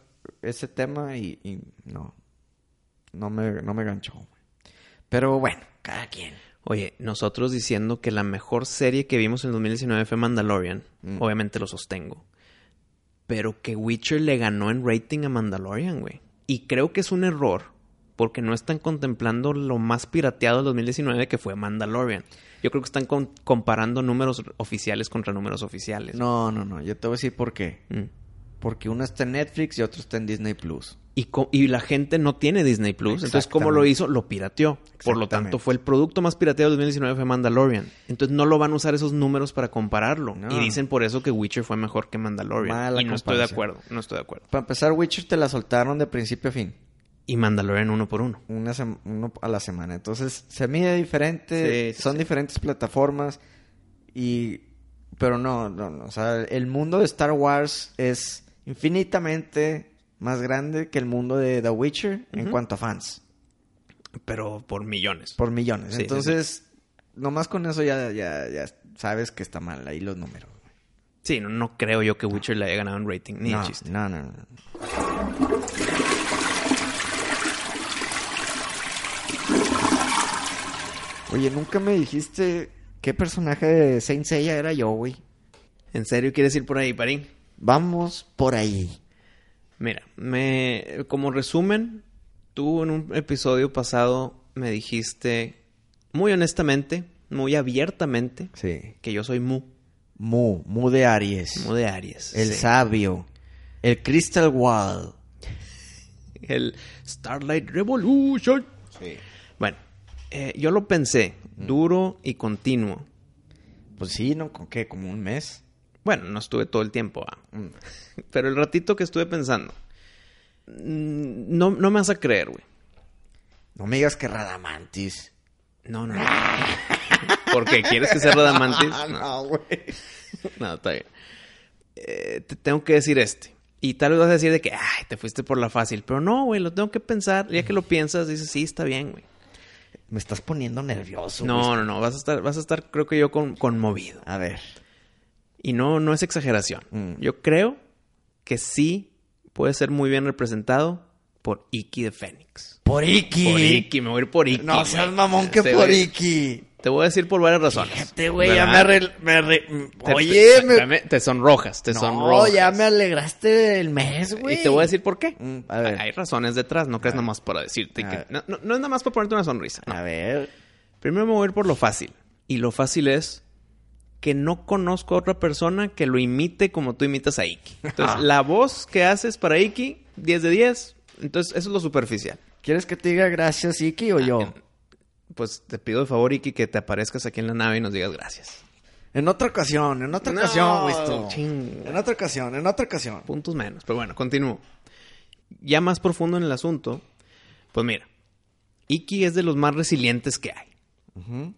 C: ese tema y, y no. No me, no me ganchó. güey. Pero bueno, cada quien.
A: Oye, nosotros diciendo que la mejor serie que vimos en 2019 fue Mandalorian.
C: Mm.
A: Obviamente lo sostengo. Pero que Witcher le ganó en rating a Mandalorian, güey. Y creo que es un error. Porque no están contemplando lo más pirateado del 2019 que fue Mandalorian. Yo creo que están con- comparando números oficiales contra números oficiales.
C: No, no, no. Yo te voy a decir por qué.
A: Mm.
C: Porque uno está en Netflix y otro está en Disney Plus.
A: Y, co- y la gente no tiene Disney Plus. Entonces, ¿cómo lo
C: Exactamente.
A: hizo? Lo pirateó. Por lo tanto,
C: Exactamente.
A: fue el producto más pirateado del 2019 fue Mandalorian. Entonces, no lo van a usar esos números para compararlo.
C: No.
A: Y dicen por eso que Witcher fue mejor que Mandalorian.
C: Mala
A: y no estoy de
C: comparación.
A: acuerdo. No estoy de acuerdo.
C: Para empezar, Witcher te la soltaron de principio a fin.
A: Y Mandalorian uno por uno.
C: Una sem- uno a la semana. Entonces, se mide diferente.
A: Sí, sí,
C: son diferentes plataformas. Y... Pero no, no, no. O sea, el mundo de Star Wars es infinitamente más grande que el mundo de The Witcher en
A: Ujú.
C: cuanto a fans.
A: Pero por millones.
C: Por millones.
A: Sí, sí,
C: Entonces, nomás con eso ya, ya, ya sabes que está mal ahí los números.
A: Sí, no, no creo yo que Witcher le haya ganado en rating. Ni de
C: no,
A: chiste.
C: no, no, no.
D: Oye, nunca me dijiste qué personaje de Saint Seiya era yo, güey.
A: ¿En serio quieres ir por ahí, Parín?
D: Vamos por ahí.
A: Mira, me, como resumen, tú en un episodio pasado me dijiste muy honestamente, muy abiertamente,
C: Sí.
A: que yo soy Mu,
C: Mu, Mu de Aries.
A: Mu de Aries.
C: el
A: sí.
C: sabio. El Crystal Wall.
A: El Starlight Revolution. Bueno, eh, yo lo pensé, duro y continuo.
C: Pues sí, ¿no? ¿Con qué? ¿Como un mes?
A: Bueno, no estuve todo el tiempo, ¿va? pero el ratito que estuve pensando, mm, no, no me vas a creer, güey.
C: No me digas que Radamantis.
A: No, no, no. ¿Por qué? ¿Quieres que sea Radamantis? Ah, No.
C: güey.
A: No, está bien. Eh, te tengo que decir este. Y tal vez vas a decir de que, ay, te fuiste por la fácil. Pero no, güey, lo tengo que pensar. Ya que lo piensas, dices, sí, está bien, güey.
D: Me estás poniendo nervioso. güey.
A: No, no, no. Vas a estar, vas a estar creo que yo, con- conmovido.
D: A ver.
A: Y no, no es exageración.
D: Mm.
A: Yo creo que sí puede ser muy bien representado por Iki de Fénix.
D: Por Iki.
A: Por Iki, me voy a ir por Iki.
D: No
A: güey.
D: seas mamón que
A: Este,
D: por
A: güey,
D: Iki.
A: Te voy a decir por varias razones.
D: Este güey ya
A: ¿Verdad?
D: me arregl- me arre-
A: Te-
D: Oye,
A: te,
D: me...
A: espérame, te sonrojas, te
D: No,
A: sonrojas.
D: ya me alegraste el mes, güey.
A: Y te voy a decir por qué.
D: Mm, a ver.
A: Hay razones detrás, no crees nada más para decirte
D: A
A: que-
D: ver.
A: No, no- no es nada más para ponerte una sonrisa. no.
D: A ver.
A: Primero me voy a ir por lo fácil. Y lo fácil es que no conozco a otra persona que lo imite como tú imitas a Iki. Entonces, la voz que haces para Iki, 10 de 10. Entonces, eso es lo superficial.
D: ¿Quieres que te diga gracias, Iki,
A: Ah,
D: o yo?
A: Pues te pido de favor, Iki, que te aparezcas aquí en la nave y nos digas gracias.
C: En otra ocasión, en otra
A: No,
C: ocasión, Wisto.
A: chinga.
C: En otra ocasión, en otra ocasión.
A: Puntos menos. Pero bueno, continúo. Ya más profundo en el asunto, pues mira, Iki es de los más resilientes que hay.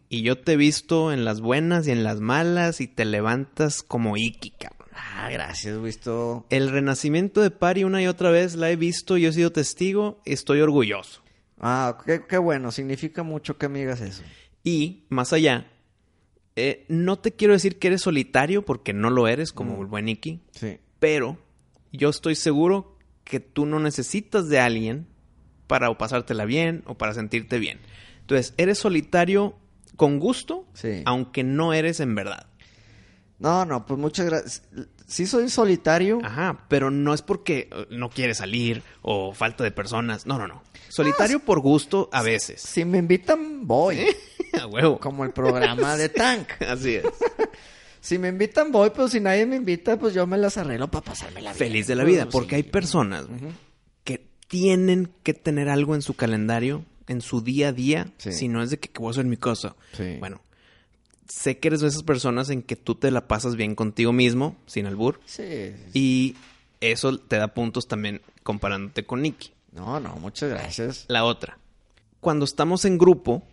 A: Y yo te he visto en las buenas y en las malas y te levantas como Iki, cabrón.
C: Ah, gracias, Wisto.
A: El renacimiento de Pari una y otra vez la he visto, yo he sido testigo, estoy orgulloso.
C: Ah, qué, qué bueno. Significa mucho que me digas eso.
A: Y más allá, eh, no te quiero decir que eres solitario porque no lo eres como el buen Iki,
C: Sí.
A: pero yo estoy seguro que tú no necesitas de alguien para o pasártela bien o para sentirte bien. Entonces, eres solitario con gusto,
C: Sí.
A: aunque no eres en verdad.
C: No, no, pues muchas gracias. Sí soy solitario.
A: Ajá, pero no es porque eh, no quieres salir o falta de personas. No, no, no. Solitario por gusto a veces.
D: Si me invitan, voy.
A: A huevo.
D: Como el programa de Tank.
A: Así es.
D: Si me invitan, voy, pero si nadie me invita, pues yo me las arreglo para pasármela bien.
A: Feliz de la vida,
D: Pues,
A: porque hay
D: sí.
A: personas güey, que tienen que tener algo en su calendario, en su día a día,
D: Sí.
A: si no es de que, que voy a hacer mi cosa.
D: Sí.
A: Bueno, sé que eres de esas personas en que tú te la pasas bien contigo mismo, sin albur,
D: Sí. sí.
A: y eso te da puntos también comparándote con Nicky.
D: No, no, muchas gracias.
A: La otra. Cuando estamos en grupo,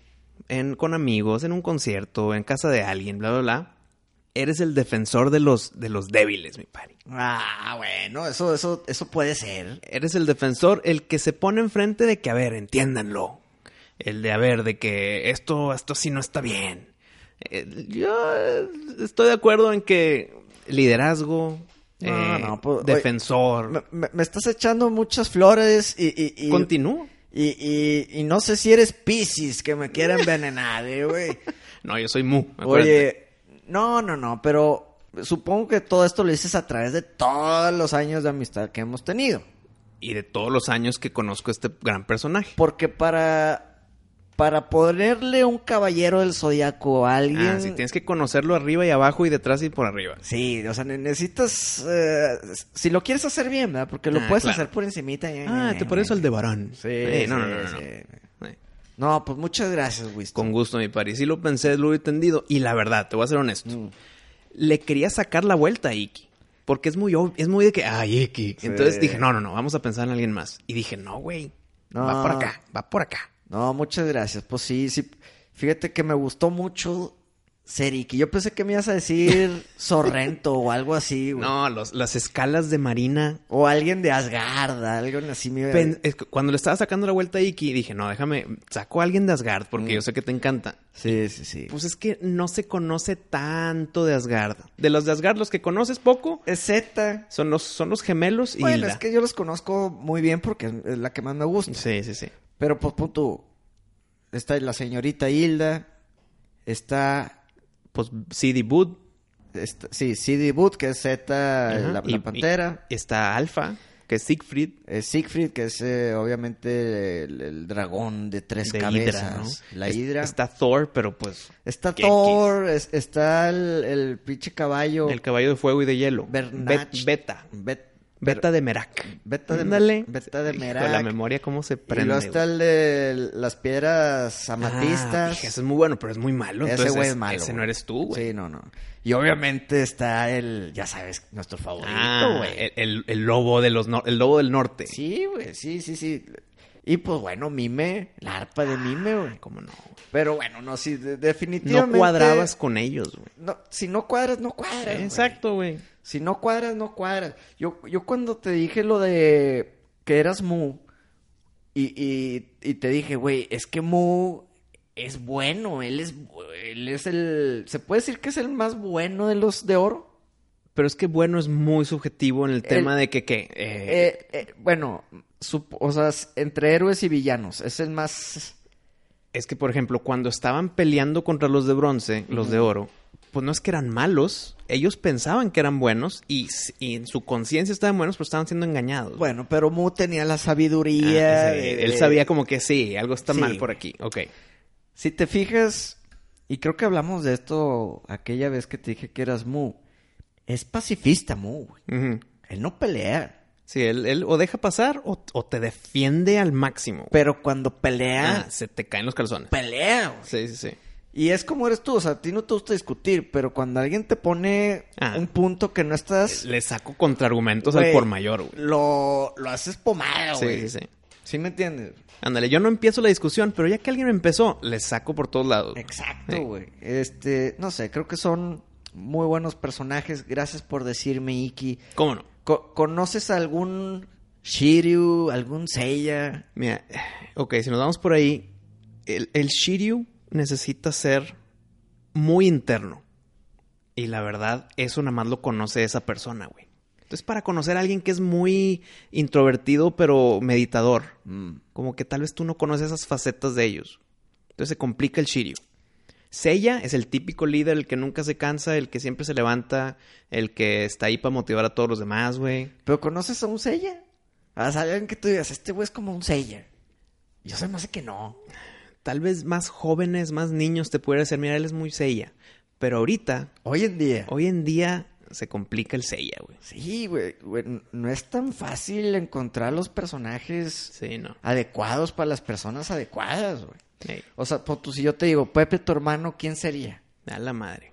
A: en, con amigos, en un concierto, en casa de alguien, bla, bla, bla, eres el defensor de los, de los débiles, mi pari.
C: Ah, bueno, eso, eso, eso puede ser.
A: Eres el defensor, el que se pone enfrente de que, a ver, entiéndanlo. El de, a ver, de que esto, esto sí no está bien. Eh, yo eh, estoy de acuerdo en que liderazgo,
C: No,
A: eh,
C: no, pues, oye,
A: defensor,
C: Me, me- me estás echando muchas flores y, y, y,
A: continúa.
C: y- y- y no sé si eres Piscis que me quiere envenenar, eh, güey.
A: No, yo soy mu. acuérdate.
C: Oye, no, no, no, pero supongo que todo esto lo dices a través de todos los años de amistad que hemos tenido.
A: Y de todos los años que conozco a este gran personaje.
C: Porque para, para ponerle un caballero del zodiaco a alguien.
A: Ah, sí, tienes que conocerlo arriba y abajo y detrás y por arriba.
C: Sí, o sea, ne- necesitas... eh, si lo quieres hacer bien, ¿verdad? Porque lo
A: Ah,
C: puedes
A: claro.
C: hacer por encimita.
A: Ah, te pones al de varón.
C: Sí,
A: no, no, no,
C: sí,
A: no, no.
C: sí.
A: Eh,
C: No, pues muchas gracias, Wisto.
A: Con gusto, mi pari. Sí lo pensé, lo he entendido. Y la verdad, te voy a ser honesto.
C: Mm.
A: Le quería sacar la vuelta a Iki. Porque es muy obvio, es muy de que, ay, Iki. Entonces dije, no, no, no, vamos a pensar en alguien más. Y dije, no, güey. Va
C: No.
A: por acá, va por acá.
C: No, muchas gracias. Pues sí, sí. Fíjate que me gustó mucho Seriki. Yo pensé que me ibas a decir Sorrento o algo así, güey.
A: No, los- las escalas de Marina.
C: O alguien de Asgard, algo así. Me...
A: Pen- es que cuando le estaba sacando la vuelta a Iki, dije, no, déjame, saco a alguien de Asgard, porque
C: Mm.
A: yo sé que te encanta.
C: Sí, sí, sí.
A: Pues es que no se conoce tanto de Asgard. De los de Asgard, los que conoces poco
C: Es Z.
A: son los, son los gemelos y
C: Bueno,
A: Hilda.
C: es que yo los conozco muy bien porque es la que más me gusta.
A: Sí, sí, sí.
C: Pero pues punto. Está la señorita Hilda. Está.
A: Pues CD Boot.
C: está- sí, CD Boot, que es Z,
A: Ajá.
C: eh, la,
A: Y-
C: la
A: y-
C: pantera.
A: está Alfa, que es Siegfried.
C: Eh, Siegfried, que es eh, obviamente el, el dragón de tres
A: de Hydra, ¿no?
C: cabezas. La
A: Es-
C: Hidra.
A: Está Thor, pero pues
C: Está
A: ¿Qué
C: Thor, es- está el, el pinche caballo.
A: el caballo de fuego y de hielo.
C: Bernach.
A: Bet- beta.
C: Bet-
A: Beta de Merak.
C: Beta de-
A: Ándale.
C: Beta de
A: Híjole,
C: Merak.
A: la memoria cómo se
C: y luego
A: prende.
C: está
A: güey.
C: el de las piedras
A: Ah,
C: amatistas.
A: dije, ese es muy bueno, pero es muy malo.
C: ese
A: Entonces,
C: güey es malo.
A: Ese
C: güey.
A: no eres tú, güey.
C: Sí, no, no. Y obviamente está el, ya sabes, nuestro favorito,
A: Ah,
C: güey.
A: el, el- el lobo de los nor- el lobo del norte.
C: Sí, güey, sí, sí, sí.
D: Y pues bueno, Mime, la arpa de Mime, güey.
A: Ah, ¿Cómo no? güey?
D: Pero bueno, no, sí, de-
A: No
D: definitivamente.
A: cuadrabas con ellos, güey.
D: No, si no cuadras, no cuadras. güey.
A: Exacto, güey.
D: Si no cuadras, no cuadras. Yo, yo cuando te dije lo de que eras Mu y, y- y te dije, güey, es que Mu es bueno, él es, bu- él es el... ¿Se puede decir que es el más bueno de los de oro?
A: Pero es que bueno es muy subjetivo en el tema de que, ¿qué?
D: Eh,
A: Eh,
D: eh, bueno, sup- o sea, s- entre héroes y villanos, es el más...
A: es que, por ejemplo, cuando estaban peleando contra los de bronce, los de oro, pues no es que eran malos. Ellos pensaban que eran buenos y, s- y en su conciencia estaban buenos, pero estaban siendo engañados.
C: Bueno, pero Mu tenía la
A: Ah,
C: sabiduría.
A: sí,
C: de-
A: él
C: de-
A: sabía como que sí, algo está
C: Sí.
A: mal por aquí. Ok.
C: Si te fijas, y creo que hablamos de esto aquella vez que te dije que eras Mu, es pacifista Mu, güey.
A: Ujú.
C: Él no pelea,
A: Sí, él, él o deja pasar o, o te defiende al máximo. güey.
C: pero cuando pelea,
A: Ah, se te caen los calzones.
C: pelea, güey.
A: Sí, sí, sí.
C: Y es como eres tú, o sea, a ti no te gusta discutir, pero cuando alguien te pone
A: Ah. Eh,
C: un punto que no estás,
A: Le saco contraargumentos al
C: pues, Güey,
A: por mayor, güey.
C: lo, lo haces pomada,
A: Sí,
C: güey.
A: sí, sí.
C: ¿Sí me entiendes?
A: Ándale, yo no empiezo la discusión, pero ya que alguien empezó, le saco por todos lados.
C: Exacto,
A: Sí.
C: güey. Este, no sé, creo que son muy buenos personajes. Gracias por decirme, Iki.
A: ¿Cómo no?
C: Co- ¿Conoces algún Shiryu, algún Seiya?
A: Mira, ok, si nos vamos por ahí, el, el Shiryu necesita ser muy interno. Y la verdad, eso nada más lo conoce esa persona, güey. Entonces, para conocer a alguien que es muy introvertido, pero meditador,
C: Mm.
A: como que tal vez tú no conoces esas facetas de ellos. Entonces se complica el Shiryu. Seiya es el típico líder, el que nunca se cansa, el que siempre se levanta, el que está ahí para motivar a todos los demás, güey.
C: ¿Pero conoces a un Seiya? O sea, alguien que tú digas, este güey es como un Seiya. Yo sé más que no.
A: tal vez más jóvenes, más niños te pudiera decir, mira, él es muy sella. Pero ahorita,
C: Hoy en día.
A: hoy en día, se complica el sella, güey.
C: Sí, güey. güey, No es tan fácil encontrar los personajes
A: Sí, no.
C: adecuados para las personas adecuadas, güey.
A: Ey,
C: O sea, pues, tú, si yo te digo, Pepe, tu hermano, ¿quién sería?
A: a la madre.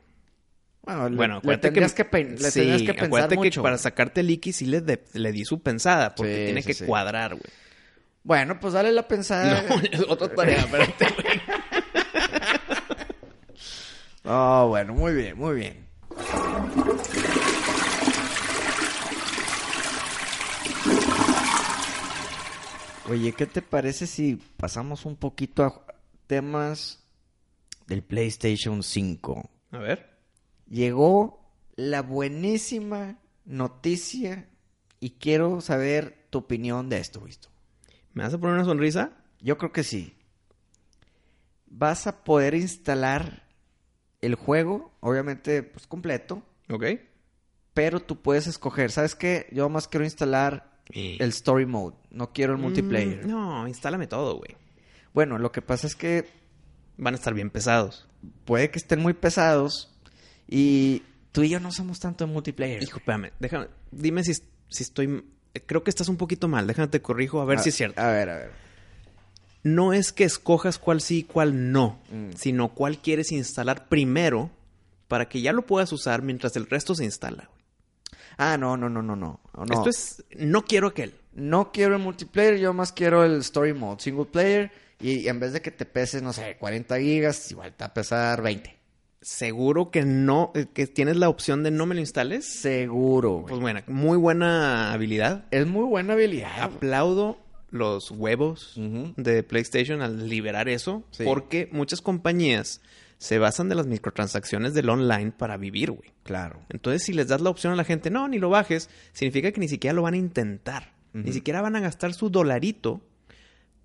C: Bueno, le-
A: Bueno,
C: le
A: acuérdate
C: tendrías
A: que...
C: que, pein- le
A: Sí,
C: tendrías que
A: acuérdate
C: pensar
A: que
C: mucho.
A: para sacarte el Iki sí le, de- le di su pensada, porque
D: Sí,
A: tiene
D: sí,
A: que
D: sí.
A: cuadrar, güey.
C: Bueno, pues dale la pensada.
A: No, es otra tarea, espérate, güey.
C: Oh, bueno, muy bien, muy bien. Oye, ¿qué te parece si pasamos un poquito a temas del PlayStation 5?
A: A ver.
C: Llegó la buenísima noticia y quiero saber tu opinión de esto, visto.
A: ¿Me vas a poner una sonrisa?
C: Yo creo que sí. Vas a poder instalar el juego, obviamente, pues completo,
A: Ok.
C: pero tú puedes escoger. ¿Sabes qué? Yo más quiero instalar
A: Eh.
C: el story mode, no quiero el multiplayer.
A: Mm, no, instálame todo, güey.
C: Bueno, lo que pasa es que
A: Van a estar bien pesados.
C: puede que estén muy pesados y tú y yo no somos tanto de multiplayer.
A: Hijo, espérame, déjame, dime si, si estoy... Creo que estás un poquito mal, déjame te corrijo a ver si es cierto.
C: Ah, A ver, a ver.
A: No es que escojas cuál sí y cuál no,
C: Mm.
A: sino cuál quieres instalar primero para que ya lo puedas usar mientras el resto se instala. güey.
C: Ah, no, no, no, no, no. no.
A: Esto es, no quiero aquel.
C: no quiero el multiplayer, yo más quiero el story mode, single player. Y, y en vez de que te pese, no sé, 40 gigas, igual te va a pesar 20.
A: Seguro que no, eh, que tienes la opción de no me lo instales.
C: Seguro, güey.
A: Pues bueno, muy buena habilidad.
C: es muy buena habilidad. güey.
A: Aplaudo los huevos de PlayStation al liberar eso,
C: Sí.
A: porque muchas compañías se basan de las microtransacciones del online para vivir, güey.
C: Claro.
A: Entonces, si les das la opción a la gente, no, ni lo bajes, significa que ni siquiera lo van a intentar. Ni siquiera van a gastar su dolarito,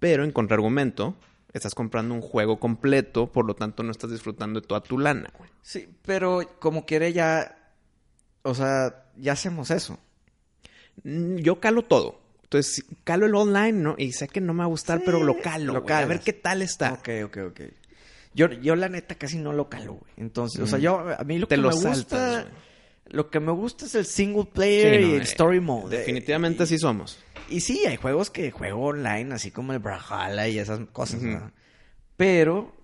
A: pero en contraargumento, estás comprando un juego completo, por lo tanto no estás disfrutando de toda tu lana, güey.
C: Sí, pero como quiere ya, o sea, ya hacemos eso.
A: Mm, Yo calo todo. Entonces, si- calo el online, ¿no? Y sé que no me va a gustar, pero lo calo.
C: lo
A: güey, a
C: calas.
A: ver qué tal está.
C: Ok, ok, ok. Yo, yo la neta casi no lo calo, güey. Entonces, o sea, yo, a mí Mm. lo
A: Te
C: que
A: lo
C: me gusta,
A: saltas, güey.
C: lo que me gusta es el single player
A: Sí, no,
C: y el
A: eh,
C: story mode.
A: Definitivamente
C: sí
A: así somos.
C: Y sí, hay juegos que juego online, así como el Brawlhalla y esas cosas, ¿no? Pero,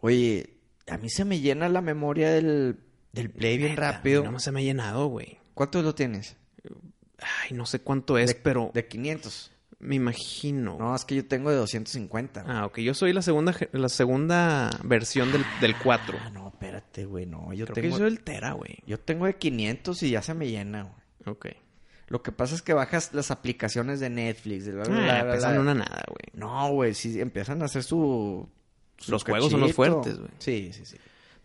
C: oye, a mí se me llena la memoria del, del Play bien
A: Neta,
C: rápido.
A: No me se me ha llenado, güey.
C: ¿Cuánto lo tienes?
A: Ay, no sé cuánto es, pero
C: De 500.
A: Me imagino.
C: No, es que yo tengo de 250. güey.
A: Oh. Ah, ok. Yo soy la segunda, ge- la segunda versión del, del 4.
C: Ah, no, espérate, güey, no. Yo
A: Creo que
C: tengo,
A: yo soy el Tera, güey.
C: yo tengo de 500 y ya se me llena, güey.
A: Ok.
C: Lo que pasa es que bajas las aplicaciones de Netflix. de bla, bla, bla,
A: Ah,
C: bla,
A: pesan
C: bla.
A: una nada, güey.
C: No, güey, sí, empiezan a hacer su... su
A: Los juegos son los fuertes, güey.
C: Sí, sí, sí.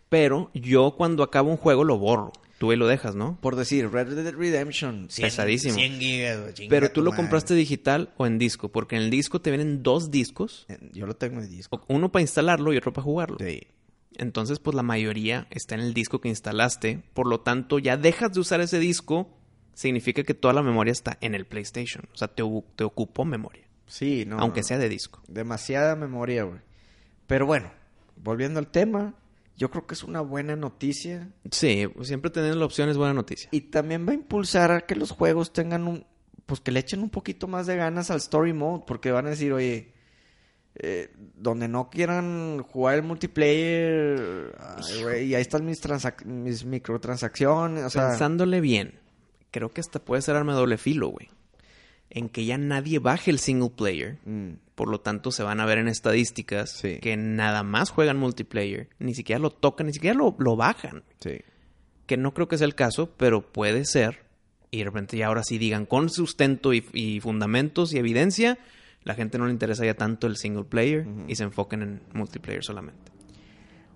A: Pero yo cuando acabo un juego lo borro. Tú ahí lo dejas, ¿no?
C: Por decir, Red Dead Redemption. 100,
A: Pesadísimo.
C: 100 gigas, güey, chinga
A: Pero
C: tu
A: tú lo
C: madre.
A: compraste digital o en disco, porque en el disco te vienen dos discos,
C: Eh, Yo lo tengo en disco.
A: o- uno para instalarlo y otro para jugarlo.
C: Sí.
A: Entonces, pues la mayoría está en el disco que instalaste, por lo tanto, ya dejas de usar ese disco, significa que toda la memoria está en el PlayStation, o sea, te, u- te ocupó memoria,
C: Sí, no.
A: aunque
C: no.
A: sea de disco.
C: Demasiada memoria, güey. Pero bueno, volviendo al tema, yo creo que es una buena noticia.
A: Sí, pues, siempre tener la opción es buena noticia.
C: Y también va a impulsar a que los juegos tengan un... Pues que le echen un poquito más de ganas al story mode. Porque van a decir, oye... eh, donde no quieran jugar el multiplayer... ay, güey, y ahí están mis, transac- mis microtransacciones. O sea,
A: Pensándole bien, creo que hasta puede ser arma de doble filo, güey, en que ya nadie baje el single player,
C: mm,
A: por lo tanto se van a ver en estadísticas
C: Sí.
A: que nada más juegan multiplayer, ni siquiera lo tocan, ni siquiera lo, lo bajan.
C: sí.
A: que no creo que sea el caso, pero puede ser. Y de repente ya ahora sí digan con sustento y, y fundamentos y evidencia, la gente no le interesa ya tanto el single player y se enfoquen en multiplayer solamente.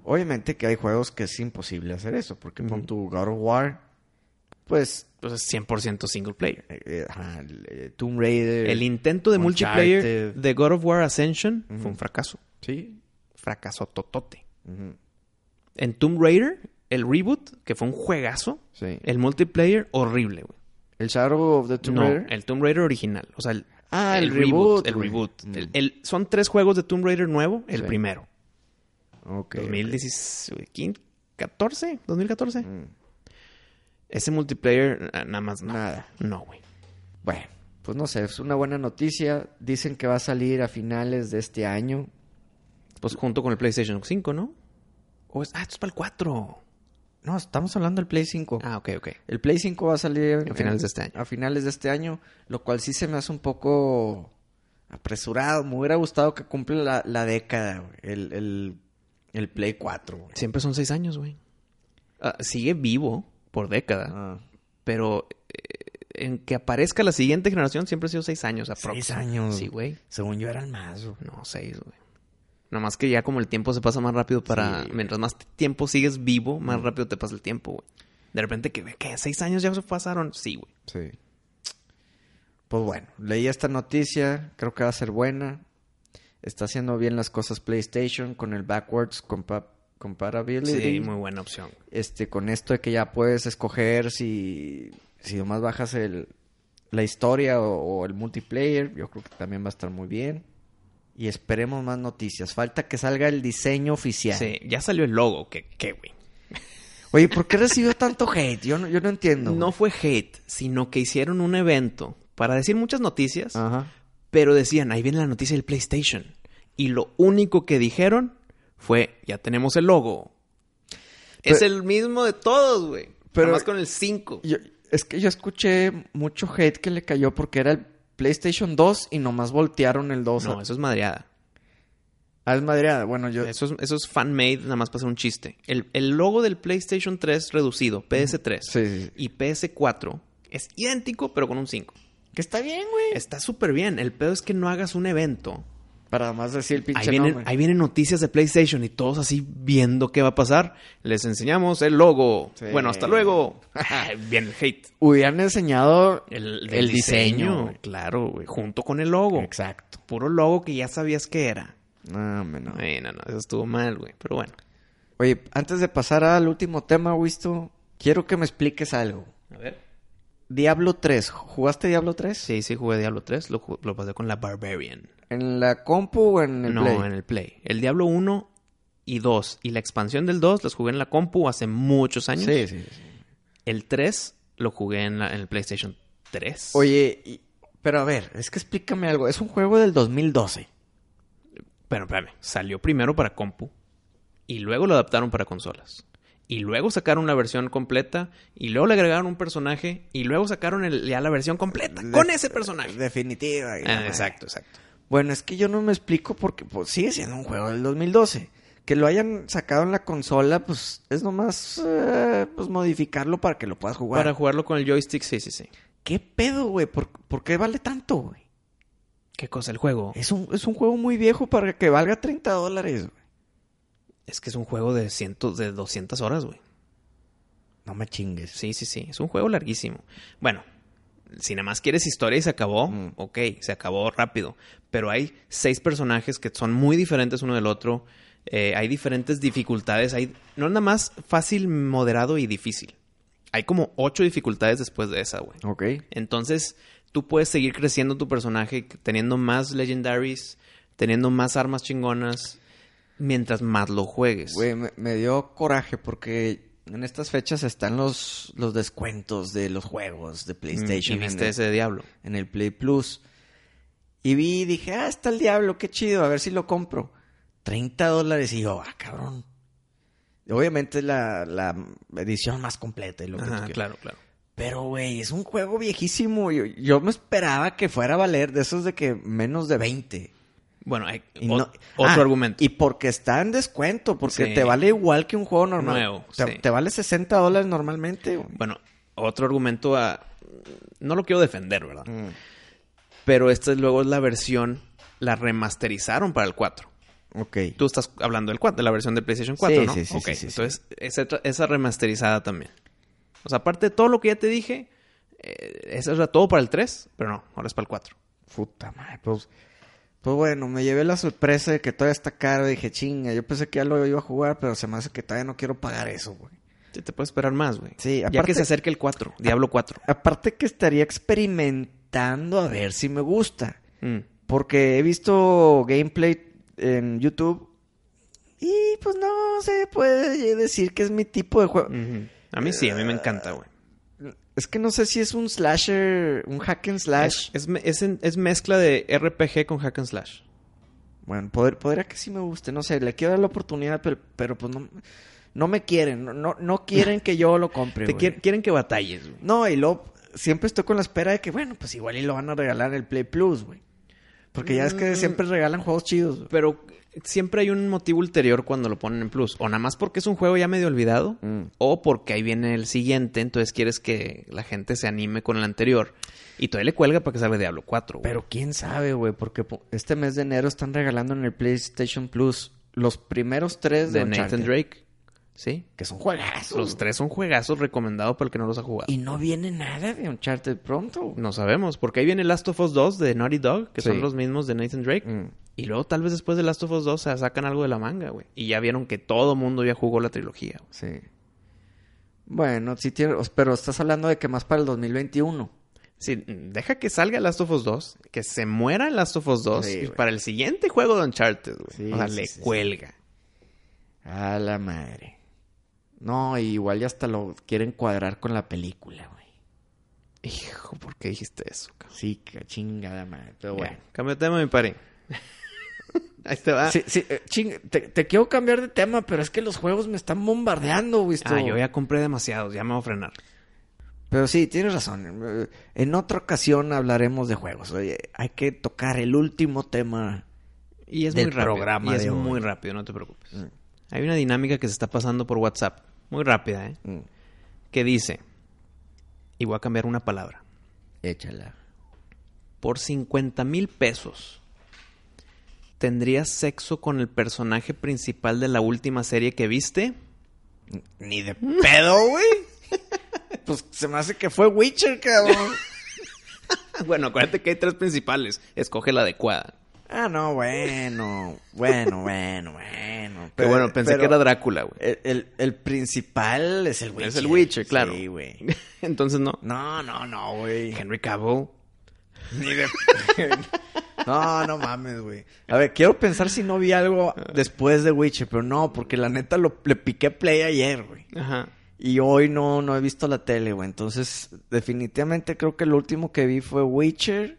C: Obviamente que hay juegos que es imposible hacer eso, porque pon
A: Ujú.
C: tu God of War, pues,
A: Entonces 100% single player.
C: eh, eh, ajá, el, eh, Tomb Raider.
A: El intento de multiplayer
C: Uncharted.
A: de God of War Ascension fue un fracaso.
C: Sí.
A: Fracaso totote.
C: Ujú.
A: En Tomb Raider, el reboot, que fue un juegazo,
C: Sí.
A: el multiplayer horrible, güey.
C: El Shadow of the Tomb
A: no,
C: Raider.
A: el Tomb Raider original. O sea, el,
C: Ah, el reboot,
A: El
C: güey.
A: reboot.
C: Mm.
A: El- el- son tres juegos de Tomb Raider nuevo. El
C: Sí.
A: primero.
C: Ok,
A: 2014, 14, 2014.
C: ok. Mm.
A: Ese multiplayer, na- nada más no.
D: Nada.
A: No, güey.
D: Bueno, pues no sé, es una buena noticia. Dicen que va a salir a finales de este año.
A: Pues junto con el PlayStation 5, ¿no? O es, ah, esto es para el 4.
C: No, estamos hablando del Play 5.
A: Ah, ok, ok.
C: El Play 5 va a salir
A: A finales de este año.
C: A finales de este año, lo cual sí se me hace un poco apresurado. Me hubiera gustado que cumpla la, la década, güey, el, el, el Play 4. güey.
A: Siempre son seis años, güey. Ah, sigue vivo por década,
C: Ah.
A: pero eh, en que aparezca la siguiente generación siempre ha sido seis años aproximadamente.
C: Seis años.
A: Sí, güey.
C: Según yo eran más, güey.
A: No, seis, güey. Nada más que ya como el tiempo se pasa más rápido para... Mientras más t- tiempo sigues vivo, más rápido te pasa el tiempo, güey. De repente, que ¿qué? ¿Seis años ya se pasaron? Sí, güey.
C: Sí. Pues bueno, leí esta noticia, creo que va a ser buena. Está haciendo bien las cosas PlayStation con el backwards compa- compatibility.
A: Sí, muy buena opción.
C: Este, con esto de que ya puedes escoger si, si nomás bajas el, la historia o, o el multiplayer, yo creo que también va a estar muy bien. Y esperemos más noticias. Falta que salga el diseño oficial.
A: Sí, ya salió el logo, que qué, güey.
C: Oye, ¿por qué recibió tanto hate? Yo no, yo no entiendo.
A: No, fue
C: güey.
A: hate, sino que hicieron un evento para decir muchas noticias,
C: Ajá.
A: pero decían, ahí viene la noticia del PlayStation. Y lo único que dijeron fue, ya tenemos el logo. es
C: Pero-
A: el mismo de todos, güey.
C: Pero-
A: Pero más con el 5.
C: Yo- es que yo escuché mucho hate que le cayó porque era el PlayStation 2 y nomás voltearon el 2.
A: No,
C: a-
A: eso es madreada.
C: Ah, es madreada. Bueno, yo.
A: Eso es, eso es fan-made, nada más para hacer un chiste. El, el logo del PlayStation 3 reducido, PS3,
C: Sí, sí, sí.
A: y PS4 es idéntico, pero con un 5.
C: Que está bien, güey.
A: Está súper bien. El pedo es que no hagas un evento.
C: Para más decir el
A: Ahí
C: pinche
A: vienen,
C: nombre.
A: ahí vienen noticias de PlayStation y todos así viendo qué va a pasar. Les enseñamos el logo.
C: Sí.
A: Bueno, hasta luego. bien el hate.
C: Hubieran enseñado
A: El,
C: El
A: el
C: diseño,
A: diseño,
C: güey.
A: claro, güey, junto con el logo.
C: Exacto.
A: Puro logo que ya sabías que era.
C: No, hombre, no.
A: Ay, no, no, eso estuvo mal, güey. Pero bueno,
C: Oye, antes de pasar al último tema, Wisto, quiero que me expliques algo.
A: a ver.
C: Diablo 3. ¿Jugaste Diablo 3?
A: Sí, sí, jugué Diablo 3, lo, ju- lo pasé con la Barbarian.
C: ¿En la compu o en el
A: no,
C: Play?
A: en el Play. El Diablo 1 y 2 y la expansión del 2 las jugué en la compu hace muchos años.
C: Sí, sí, sí.
A: El 3 lo jugué en, la- en el PlayStation 3.
C: Oye, y- pero a ver, es que explícame algo. Es un juego del 2012.
A: Pero espérame, salió primero para compu y luego lo adaptaron para consolas. y luego sacaron la versión completa y luego le agregaron un personaje y luego sacaron el- ya la versión completa con
C: De-
A: ese personaje.
C: Definitiva. y la
A: Ah,
C: madre.
A: exacto, exacto.
C: Bueno, es que yo no me explico porque pues, sigue siendo un juego del 2012. Que lo hayan sacado en la consola, pues es nomás eh, pues, modificarlo para que lo puedas jugar.
A: Para jugarlo con el joystick, sí, sí, sí.
C: ¿Qué pedo, güey? ¿Por, por qué vale tanto, güey?
A: ¿Qué cosa el juego?
C: Es un, es un juego muy viejo para que valga 30 dólares, güey.
A: Es que es un juego de cientos, de 200 horas, güey.
C: No me chingues.
A: Sí, sí, sí. Es un juego larguísimo. Bueno, si nada más quieres historia y se acabó,
C: Mm.
A: ok, se acabó rápido. Pero hay seis personajes que son muy diferentes uno del otro. eh, hay diferentes dificultades. Hay, no es nada más fácil, moderado y difícil. Hay como ocho dificultades después de esa, güey.
C: Ok.
A: Entonces, tú puedes seguir creciendo tu personaje, teniendo más legendaries, teniendo más armas chingonas, mientras más lo juegues.
C: Güey, me, me dio coraje porque en estas fechas están los, los descuentos de los juegos de PlayStation.
A: Mm, y
C: en
A: viste
C: el-
A: ese diablo.
C: en el Play Plus. Y vi y dije, ah, está el diablo, qué chido, a ver si lo compro. 30 dólares y yo, ah, cabrón. Obviamente es la, la edición más completa y lo que tú
A: Ajá,
C: quieras.
A: claro, claro.
C: Pero, güey, es un juego viejísimo. Yo, yo me esperaba que fuera a valer de esos de que menos de 20.
A: Bueno, hay
C: Y
A: o-
C: no-
A: otro
C: Ah,
A: argumento.
C: Y porque está en descuento, porque
A: Sí.
C: te vale igual que un juego normal.
A: Nuevo,
C: te,
A: sí.
C: te vale 60 dólares normalmente. güey.
A: Bueno, otro argumento a... No lo quiero defender, ¿verdad?
C: Mm.
A: Pero esta es luego es la versión... La remasterizaron para el 4.
C: Ok.
A: Tú estás hablando del 4, de la versión de PlayStation 4,
C: Sí,
A: ¿no?
C: sí, sí,
A: Ok,
C: sí, sí, sí.
A: Entonces, esa, tra- esa remasterizada también. O sea, aparte de todo lo que ya te dije, eh, eso era todo para el 3, pero no, ahora es para el 4.
C: Puta madre, pues. Pues bueno, me llevé la sorpresa de que todavía está caro. Dije, chinga, yo pensé que ya lo iba a jugar, pero se me hace que todavía no quiero pagar eso, güey.
A: Sí, te puedes esperar más, güey.
C: Sí,
A: Ya
C: aparte-
A: que se acerque el 4, Diablo 4.
C: Aparte que estaría experimentando a ver si me gusta.
A: Mm.
C: Porque he visto gameplay en YouTube y pues no se puede decir que es mi tipo de juego.
A: Ujú. A mí sí, a mí me encanta, güey.
C: Es que no sé si es un slasher, un hack and slash.
A: Es, es, me- es en- es mezcla de RPG con hack and slash.
C: Bueno, poder, podría que sí me guste, no sé, le quiero dar la oportunidad, pero, pero pues no, no me quieren, no, no, no quieren que yo lo compre.
A: Te
C: güey.
A: quier- quieren que batalles, güey.
C: No, y luego siempre estoy con la espera de que, bueno, pues igual y lo van a regalar el Play Plus, güey. Porque ya es que
A: Mm.
C: siempre regalan juegos chidos. güey.
A: Pero siempre hay un motivo ulterior cuando lo ponen en plus. O nada más porque es un juego ya medio olvidado.
C: Mm.
A: O porque ahí viene el siguiente. Entonces quieres que la gente se anime con el anterior. Y todavía le cuelga para que salga Diablo 4. güey.
C: Pero quién
D: sabe,
C: sabe, güey.
D: güey, porque po-
C: Este mes de enero están regalando en el PlayStation Plus los primeros tres de,
A: de Nathan
C: Uncharted,
A: Drake. Sí.
C: Que son juegazos.
A: Los tres son juegazos recomendados para el que no los ha jugado.
C: Y no viene nada de Uncharted pronto. güey.
A: No sabemos. Porque ahí viene Last of Us 2 de Naughty Dog. Que
C: Sí.
A: son los mismos de Nathan Drake.
C: Mm.
A: Y luego tal vez después de Last of Us 2 se sacan algo de la manga, güey. Y ya vieron que todo mundo ya jugó la trilogía. güey.
C: Sí. Bueno, sí tiene, pero estás hablando de que más para el 2021.
A: Sí, deja que salga Last of Us 2, que se muera Last of Us 2
C: Sí,
A: y
C: güey.
A: para el siguiente juego de Uncharted, güey.
D: Sí,
A: o sea,
D: sí,
A: le
D: sí, sí.
A: cuelga.
D: A la madre. No, y igual ya hasta lo quieren cuadrar con la película, güey.
A: Hijo, ¿por qué dijiste eso? cabrón?
D: Sí, que chingada madre. Pero
A: Bueno,
D: bueno.
A: cambio de tema, mi pari. Ahí te
C: Ah,
A: va. Ah,
D: Sí, sí, eh, ching- te, te quiero cambiar de tema, pero es que los juegos me están bombardeando, güey. esto-
A: Ah, yo ya compré demasiados, ya me voy a frenar.
C: Pero sí, tienes razón. En otra ocasión hablaremos de juegos. Oye, hay que tocar el último tema.
A: Y es
C: Del
A: muy rápido.
C: programa
A: y es
C: de hoy.
A: muy rápido, no te preocupes. Hay una dinámica que se está pasando por WhatsApp, muy rápida, ¿eh?
C: Mm.
A: Que dice, y voy a cambiar una palabra.
C: Échala.
A: por 50 mil pesos, ¿tendrías sexo con el personaje principal de la última serie que viste?
C: Ni de pedo, güey. pues se me hace que fue Witcher, cabrón.
A: Ah, Bueno, acuérdate que hay tres principales. Escoge la adecuada.
C: ah, no, bueno. Bueno, bueno, bueno.
A: Pero bueno, pensé que era Drácula, güey.
C: El, el- el principal es el Witcher.
A: Es el Witcher, claro.
C: Sí, güey.
A: Entonces, no.
C: No, no, no, güey.
A: Henry Cavill.
C: Ni de... no, no mames, güey. A ver, quiero pensar si no vi algo después de Witcher, pero no, porque la neta lo, le piqué play ayer, güey.
A: Ajá.
C: Y hoy no, no he visto la tele, güey. Entonces, definitivamente creo que el último que vi fue Witcher.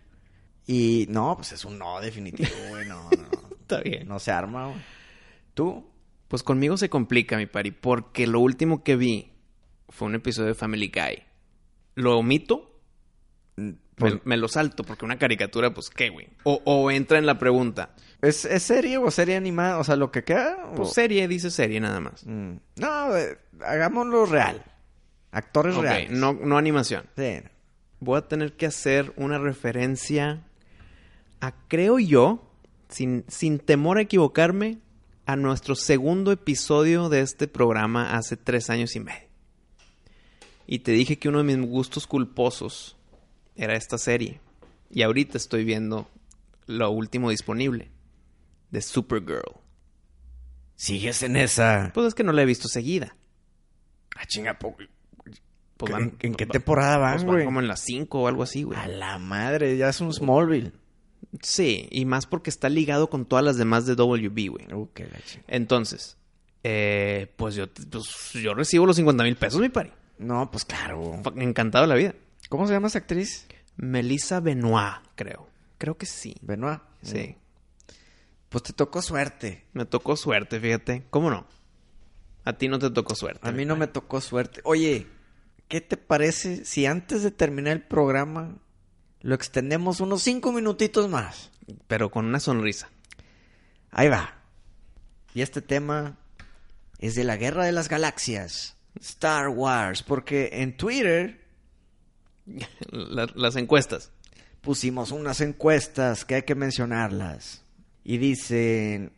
C: Y no, pues es un no definitivo, güey. No, no.
A: Está bien.
C: No se arma, güey. ¿Tú?
A: Pues conmigo se complica, mi pari, porque lo último que vi fue un episodio de Family Guy. ¿Lo omito? Me, me lo salto, porque una caricatura, pues, ¿qué, güey? O, o entra en la pregunta.
C: Pues, ¿Es, ¿Es serie o serie animada? O sea, lo que queda. o-
A: Pues serie, dice serie nada más.
C: Mm. No, eh, hagámoslo real. Actores
A: Ok,
C: reales.
A: no, no animación.
C: Sí, no.
A: Voy a tener que hacer una referencia a, creo yo, sin, sin temor a equivocarme, a nuestro segundo episodio de este programa hace tres años y medio. Y te dije que uno de mis gustos culposos era esta serie. Y ahorita estoy viendo lo último disponible de Supergirl.
C: Sigues en esa.
A: Pues es que no la he visto seguida.
C: Ah, chinga, po-
A: Pues
C: ¿En-
A: van-
C: ¿En qué
A: va-
C: temporada
A: pues
C: van,
A: van
C: güey?
A: como en las 5 o algo así, güey.
C: A la madre, ya es un Smallville.
A: Sí, y más porque está ligado con todas las demás de WB, güey.
C: Uh, qué la chinga.
A: Entonces, eh, pues, yo, pues yo recibo los 50 mil pesos, mi pari.
C: No, pues claro.
A: Fuck, Encantado de la vida.
C: ¿Cómo se llama esa actriz?
A: Melissa Benoit, creo. Creo que sí.
C: Benoit. Mm.
A: Sí.
C: Pues te tocó suerte.
A: Me tocó suerte, fíjate. ¿Cómo no? A ti no te tocó suerte.
C: A mí
A: mi
C: no me
A: pari.
C: tocó suerte. Oye, ¿qué te parece si antes de terminar el programa lo extendemos unos cinco minutitos más?
A: Pero con una sonrisa.
C: Ahí va. Y este tema es de la Guerra de las Galaxias, Star Wars, porque en Twitter
A: La- las encuestas.
C: pusimos unas encuestas que hay que mencionarlas. Y dicen,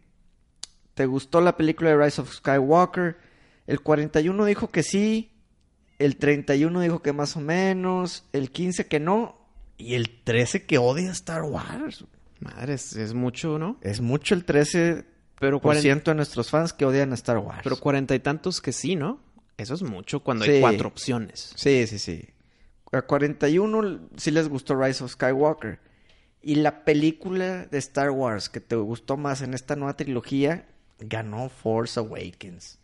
C: ¿te gustó la película de Rise of Skywalker? El 41 dijo que sí, el 31 dijo que más o menos, el 15 que no, y el 13 que odia Star Wars.
A: Madre, es, es mucho, ¿no?
C: Es mucho el 13%
A: Pero,
C: por
A: cuaren-
C: ciento de nuestros fans que odian a Star Wars.
A: pero cuarenta y tantos que sí, ¿no? Eso es mucho cuando
C: Sí.
A: hay cuatro opciones.
C: Sí, sí, sí. A 41 sí les gustó Rise of Skywalker. Y la película de Star Wars que te gustó más en esta nueva trilogía ganó Force Awakens.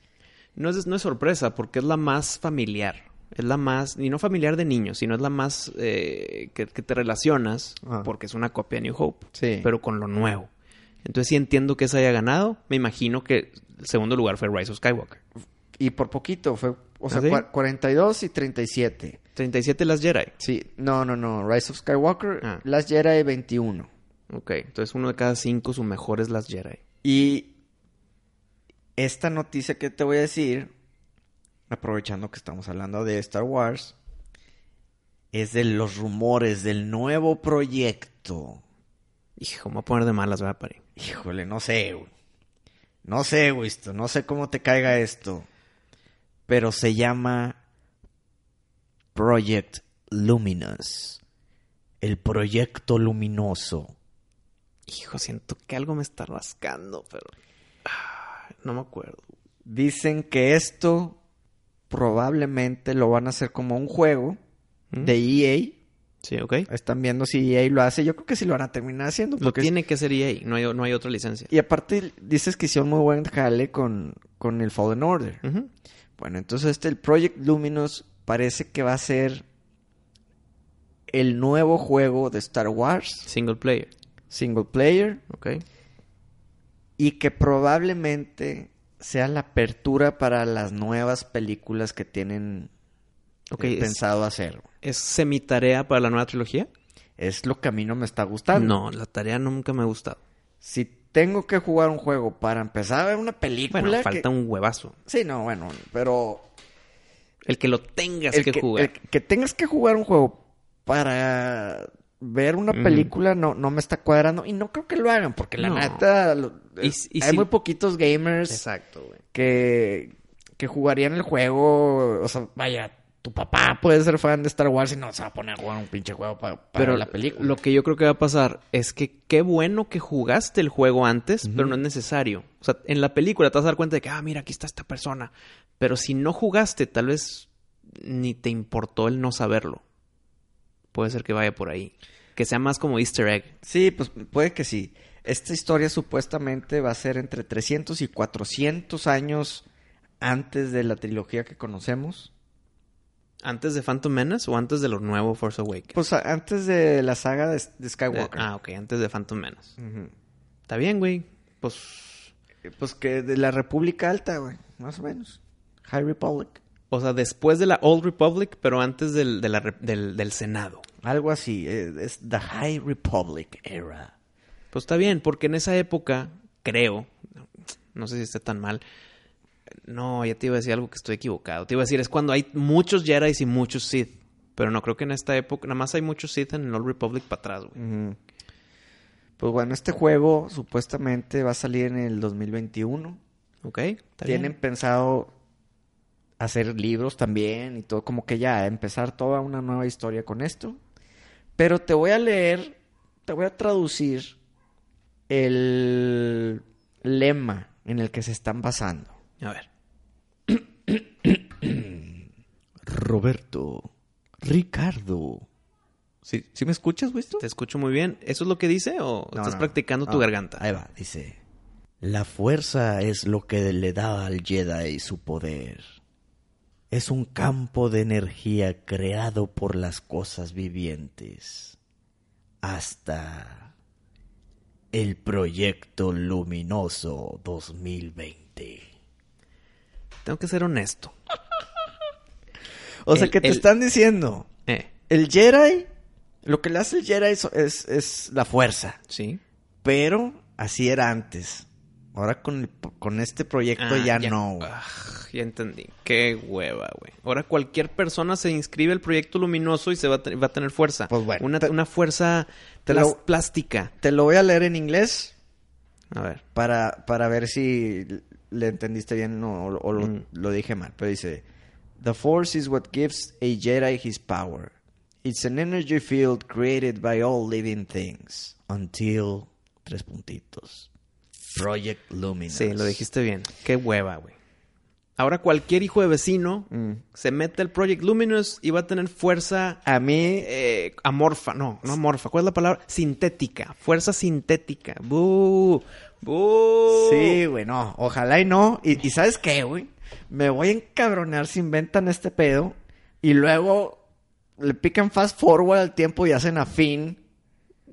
A: No es, no es sorpresa, porque es la más familiar. Es la más, y no familiar de niños, sino es la más eh, que, que te relacionas,
C: Ah.
A: porque es una copia de New Hope,
C: Sí.
A: pero con lo nuevo. Entonces sí entiendo que esa haya ganado. Me imagino que el segundo lugar fue Rise of Skywalker.
D: Y por poquito, fue, o sea,
A: ¿Ah, sí?
D: cua- 42 y 37.
A: 37 Las Jedi.
D: Sí, no, no, no, Rise of Skywalker,
A: Ah.
D: Last Jedi 21.
A: Ok, entonces uno de cada cinco, su mejor es Las Jedi.
C: Y esta noticia que te voy a decir, aprovechando que estamos hablando de Star Wars, es de los rumores del nuevo proyecto.
A: Hijo, me voy a poner de malas, ¿verdad, Pari?
C: Híjole, no sé, güey. No sé, güey, esto. No sé cómo te caiga esto. Pero se llama Project Luminous. El proyecto luminoso.
A: Hijo, siento que algo me está rascando, pero... ah, no me acuerdo.
C: Dicen que esto probablemente lo van a hacer como un juego
A: ¿Mm?
C: de EA.
A: Sí, ok.
C: Están viendo si EA lo hace. Yo creo que sí lo van a terminar haciendo.
A: Lo
C: porque es-
A: tiene que ser EA, no hay, no hay otra licencia.
C: Y aparte dices que hicieron muy buen jale con, con el Fallen Order.
A: Ujú.
C: Bueno, entonces este, el Project Luminous parece que va a ser el nuevo juego de Star Wars,
A: Single player.
C: single player,
A: Ok.
C: y que probablemente sea la apertura para las nuevas películas que tienen
A: Ok,
C: eh,
A: es-
C: pensado hacer.
A: ¿Es semitarea para la nueva trilogía?
C: Es lo que a mí no me está gustando.
A: No, la tarea nunca me ha gustado.
C: Si tengo que jugar un juego para empezar a ver una película...
A: Bueno,
C: que-
A: falta un huevazo.
C: Sí, no, bueno, pero
A: El que lo tengas
C: el
A: que, jugar.
C: el que tengas que jugar un juego para ver una
A: Ujú.
C: película no, no me está cuadrando. Y no creo que lo hagan, porque la
A: No.
C: neta. lo-
A: Y
C: es-
A: si- y
C: hay
A: si-
C: muy poquitos gamers
A: Exacto, güey.
C: que, que jugarían el juego. O sea, vaya, tu papá puede ser fan de Star Wars y no se va a poner a jugar un pinche juego pa- para,
A: Pero
C: la película.
A: lo que yo creo que va a pasar es que qué bueno que jugaste el juego antes, pero no es necesario. O sea, en la película te vas a dar cuenta de que, ah, mira, aquí está esta persona. Pero si no jugaste, tal vez ni te importó el no saberlo. Puede ser que vaya por ahí. Que sea más como easter egg.
C: Sí, pues puede que sí. Esta historia supuestamente va a ser entre 300 y 400 años antes de la trilogía que conocemos.
A: ¿Antes de Phantom Menace o antes de lo nuevo Force Awakens?
C: Pues a- antes de la saga de, de Skywalker.
A: Ah, ok, antes de Phantom Menace.
C: Ujú.
A: Está bien, güey. Pues
C: Pues que de la República Alta, güey. Más o menos. High Republic.
A: O sea, después de la Old Republic, pero antes del, de la re- del- del Senado.
C: Algo así. eh, Es The High Republic Era.
A: Pues está bien, porque en esa época, creo, no sé si esté tan mal. No, ya te iba a decir algo que estoy equivocado. Te iba a decir, es cuando hay muchos Jedi y muchos Sith. Pero no creo que en esta época, nada más hay muchos Sith en el Old Republic para atrás, güey.
C: Ujú.
D: Pues bueno,
C: Este juego supuestamente va a salir en el 2021.
A: ¿Ok? ¿Está bien?
D: tienen pensado hacer libros también y todo, como que ya empezar toda una nueva historia con esto. Pero te voy a leer, te voy a traducir el lema en el que se están basando.
A: A ver.
C: Roberto. Ricardo. ¿Sí, sí me escuchas, güey? esto?
A: Te escucho muy bien. ¿Eso es lo que dice o
C: No,
A: estás
C: no,
A: practicando
C: no.
A: tu garganta?
C: Ahí va, dice. La fuerza es lo que le da al Jedi su poder. Es un campo de energía creado por las cosas vivientes. Hasta el proyecto luminoso 2020.
A: Tengo que ser honesto.
C: O sea,
A: El-
C: que te
A: el-
C: están diciendo,
A: Eh,
C: el Jedi, lo que le hace el Jedi es- es- es la fuerza.
A: sí.
C: Pero así era antes. Ahora con, el- con este proyecto
A: Ah,
C: ya, no. güey.
A: Ah, ya entendí. Qué hueva, güey. Ahora cualquier persona se inscribe al proyecto luminoso y se va a, te- va a tener fuerza.
C: Pues bueno,
A: Una,
C: te-
A: una fuerza
C: te
A: plas-
C: lo-
A: plástica.
C: Te lo voy a leer en inglés
A: A ver.
C: para, para ver si le entendiste bien o, o lo,
A: Mm.
C: lo dije mal. Pero dice, The Force is what gives a Jedi his power. It's an energy field created by all living things. Until... Tres puntitos. Project Luminous.
A: Sí, lo dijiste bien. Qué hueva, güey. Ahora cualquier hijo de vecino se mete al Project Luminous y va a tener fuerza
C: A mí...
A: eh, amorfa. No, no amorfa. ¿Cuál es la palabra? Sintética. Fuerza sintética. ¡Bú! ¡Bú!
C: Sí, güey, no. Ojalá y no. Y, y ¿sabes qué, güey? Me voy a encabronar si inventan este pedo. Y luego le pican fast forward al tiempo y hacen a Finn.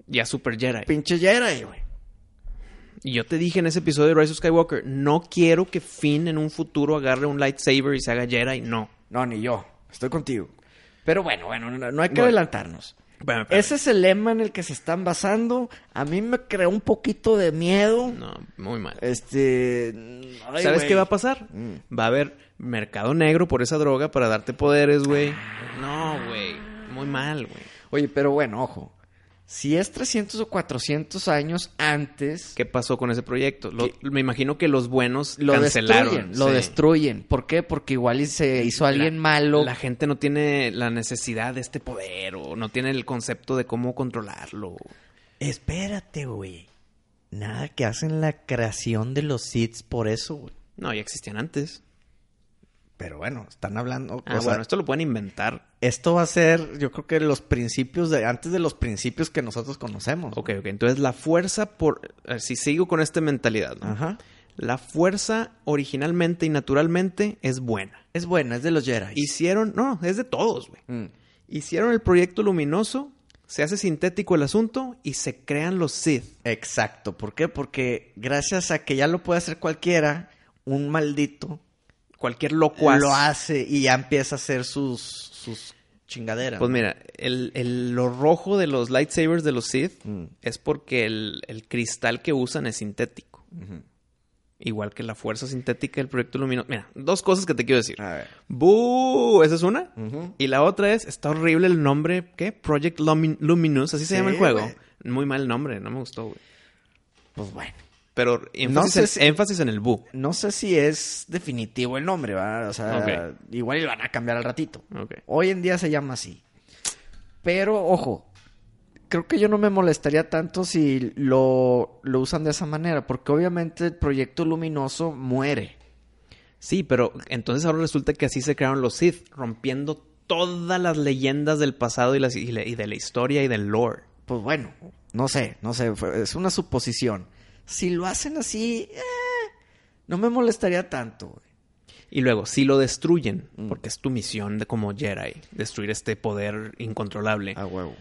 A: Ya Super Jedi.
C: Pinche Jedi, güey.
A: Y yo te dije en ese episodio de Rise of Skywalker, no quiero que Finn en un futuro agarre un lightsaber y se haga Jedi, no.
C: No, ni yo. Estoy contigo.
D: Pero bueno, bueno, no, no
C: No hay
D: hay
C: que
D: que adelantar.
C: adelantarnos.
A: Espérame, espérame.
D: Ese es el lema en el que se están basando. A mí me creó un poquito de miedo.
A: No, muy mal.
D: Este. ay,
A: ¿Sabes
D: güey.
A: qué va a pasar?
D: Mm.
A: Va a haber mercado negro por esa droga para darte poderes, güey.
D: Ah,
A: No, güey. Muy mal, güey.
D: Oye, pero bueno, ojo. Si es 300 o 400 años antes,
A: ¿Qué pasó con ese proyecto? Lo- me imagino que los buenos
D: lo
A: cancelaron.
D: destruyen. Lo
A: sí.
D: destruyen. ¿Por qué? Porque igual y se hizo alguien
A: La-
D: malo.
A: La gente no tiene la necesidad de este poder o no tiene el concepto de cómo controlarlo.
C: Espérate, güey. Nada que hacen la creación de los Sith por eso, güey.
A: No, ya existían antes.
C: Pero bueno, están hablando.
A: Ah,
C: o sea,
A: bueno, esto lo pueden inventar.
C: esto va a ser, yo creo que los principios de antes de los principios que nosotros conocemos.
A: Ok, ok. Entonces la fuerza por... a ver, Si sigo con esta mentalidad, ¿no?
C: Ajá.
A: La fuerza originalmente y naturalmente es buena.
C: Es buena, es de los Jedi.
A: Hicieron... No, es de todos, güey.
C: Mm.
A: Hicieron el proyecto luminoso, se hace sintético el asunto y se crean los Sith.
C: Exacto. ¿Por qué? Porque gracias a que ya lo puede hacer cualquiera, un maldito
A: Cualquier locuaz.
C: lo hace y ya empieza a hacer sus, sus chingaderas.
A: Pues
C: ¿no?
A: mira, el, el- lo rojo de los lightsabers de los Sith
C: Mm.
A: es porque el, el cristal que usan es sintético. Igual que la fuerza sintética del proyecto luminoso. Mira, dos cosas que te quiero decir.
C: A ver.
A: ¡Bú! Esa es una.
C: Ujú.
A: Y la otra es, está horrible el nombre, ¿qué? Project Lumin- Luminous, así se
C: Sí,
A: llama el juego.
C: güey.
A: Muy mal nombre, no me gustó, güey.
C: Pues bueno.
A: Pero énfasis,
C: sé
A: en,
C: si-
A: énfasis en el bu.
C: No sé si es definitivo el nombre, ¿verdad? O sea,
A: Ok.
C: igual lo van a cambiar al ratito.
A: Ok.
C: Hoy en día se llama así.
D: Pero, ojo. Creo que yo no me molestaría tanto si lo, lo usan de esa manera. Porque obviamente el proyecto luminoso muere.
A: Sí, pero entonces ahora resulta que así se crearon los Sith, rompiendo todas las leyendas del pasado y, las- y la- y de la historia y del lore.
D: Pues bueno, no sé, no sé, fue- es una suposición. Si lo hacen así, eh, no me molestaría tanto. güey.
A: Y luego, si lo destruyen, porque es tu misión de como Jedi, destruir este poder
C: Ah.
A: incontrolable.
D: huevo.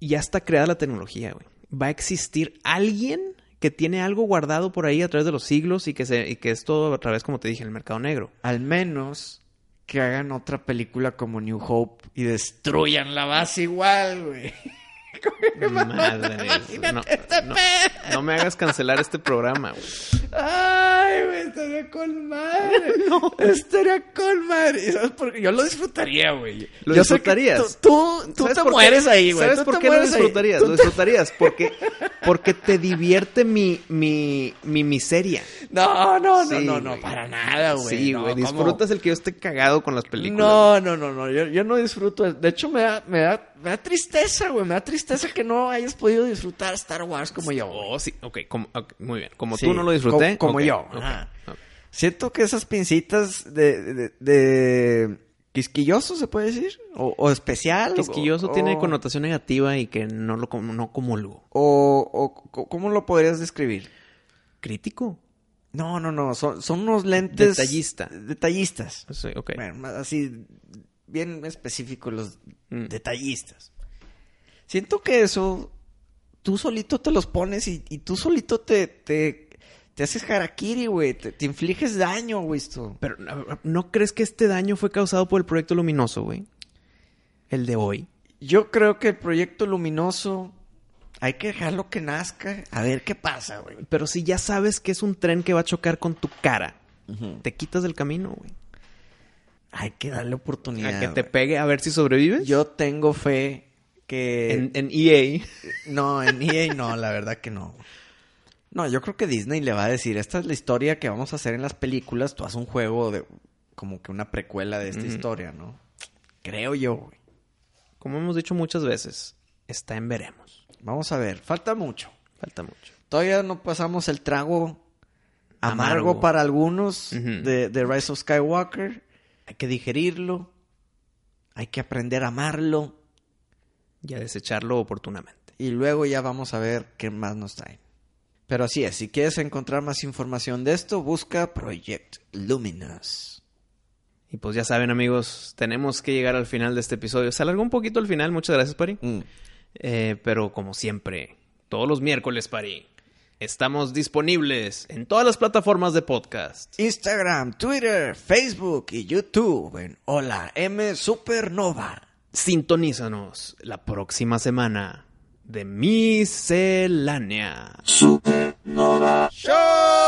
A: ya está creada la tecnología, güey. Va a existir alguien que tiene algo guardado por ahí a través de los siglos y que, se, y que es todo a través, como te dije, en el mercado negro.
D: Al menos que hagan otra película como New Hope y destruyan la base igual, güey.
A: Madre no, no, no me hagas cancelar este programa, güey.
D: Ay, güey, estaría con madre. No. Estaría con madre. ¿Y sabes por qué? Yo lo disfrutaría, güey.
A: ¿Lo
D: Yo sé que
A: disfrutarías?
D: Tú, tú, tú
A: ¿Sabes
D: te
A: por qué?
D: mueres ahí, güey.
A: ¿Sabes
D: Tú
A: por
D: te
A: qué lo
D: mueres ahí.
A: disfrutarías?
D: Tú
A: Lo
D: te-
A: disfrutarías porque, porque te divierte mi, mi, mi miseria.
D: No, no, no,
A: Sí,
D: no, no,
A: güey.
D: para nada, Ah, güey.
A: Sí,
D: No,
A: güey.
D: ¿cómo?
A: Disfrutas el que yo esté cagado con las películas.
D: No, no, no, no. Yo, yo no disfruto. De hecho, me da, me da, me da tristeza, güey. Me da tristeza que no hayas podido disfrutar Star Wars como yo. güey.
A: Oh, sí. Ok, como- ok, muy bien. Como
D: Sí,
A: tú no lo disfruté.
D: co- como
A: ok,
D: yo.
A: ok,
D: Ajá.
A: ok.
C: Siento que esas pincitas de, de, de quisquilloso, ¿se puede decir? O, o especial. o-
A: Quisquilloso tiene
D: Oh.
C: o-
A: connotación negativa y que no lo com- no comulgo.
C: O, o co- ¿Cómo lo podrías describir?
A: Crítico.
C: No, no, no. Son, son unos lentes...
A: Detallista.
C: Detallistas.
A: Sí, ok.
C: Bueno, más así, bien específicos los
A: Mm.
C: detallistas. Siento que eso, tú solito te los pones y, y tú solito te, te, te haces harakiri, güey. Te, te infliges daño, güey, esto.
A: Pero ¿no- ¿no crees que este daño fue causado por el proyecto luminoso, güey? El de hoy.
C: Yo creo que el proyecto luminoso hay que dejarlo que nazca, a ver qué pasa, güey.
A: Pero si ya sabes que es un tren que va a chocar con tu cara, te quitas del camino, güey.
C: Hay que darle oportunidad.
A: a que te
C: güey.
A: pegue a ver si sobrevives.
C: Yo tengo fe que
A: en, en E EA.
C: No, en EA no, la verdad que no. No, yo creo que Disney le va a decir, esta es la historia que vamos a hacer en las películas, tú haz un juego de como que una precuela de esta historia, ¿no? Creo yo, güey.
A: Como hemos dicho muchas veces, está en veremos.
C: Vamos a ver, falta mucho.
A: Falta mucho.
C: Todavía no pasamos el trago amargo,
A: Amargo.
C: para algunos
A: Ujú.
C: de, de Rise of Skywalker. Hay que digerirlo, hay que aprender a amarlo
A: Y a desecharlo oportunamente.
C: y luego ya vamos a ver qué más nos traen. Pero así es, si quieres encontrar más información de esto, busca Project Luminous.
A: Y pues ya saben, amigos, tenemos que llegar al final de este episodio. Se alargó un poquito al final, muchas gracias, Pari. Eh, pero como siempre, todos los miércoles, Pari, estamos disponibles en todas las plataformas de podcast.
C: Instagram, Twitter, Facebook y YouTube en Hola M Supernova.
A: Sintonízanos la próxima semana de Miscelánea.
B: Supernova.
C: ¡Show!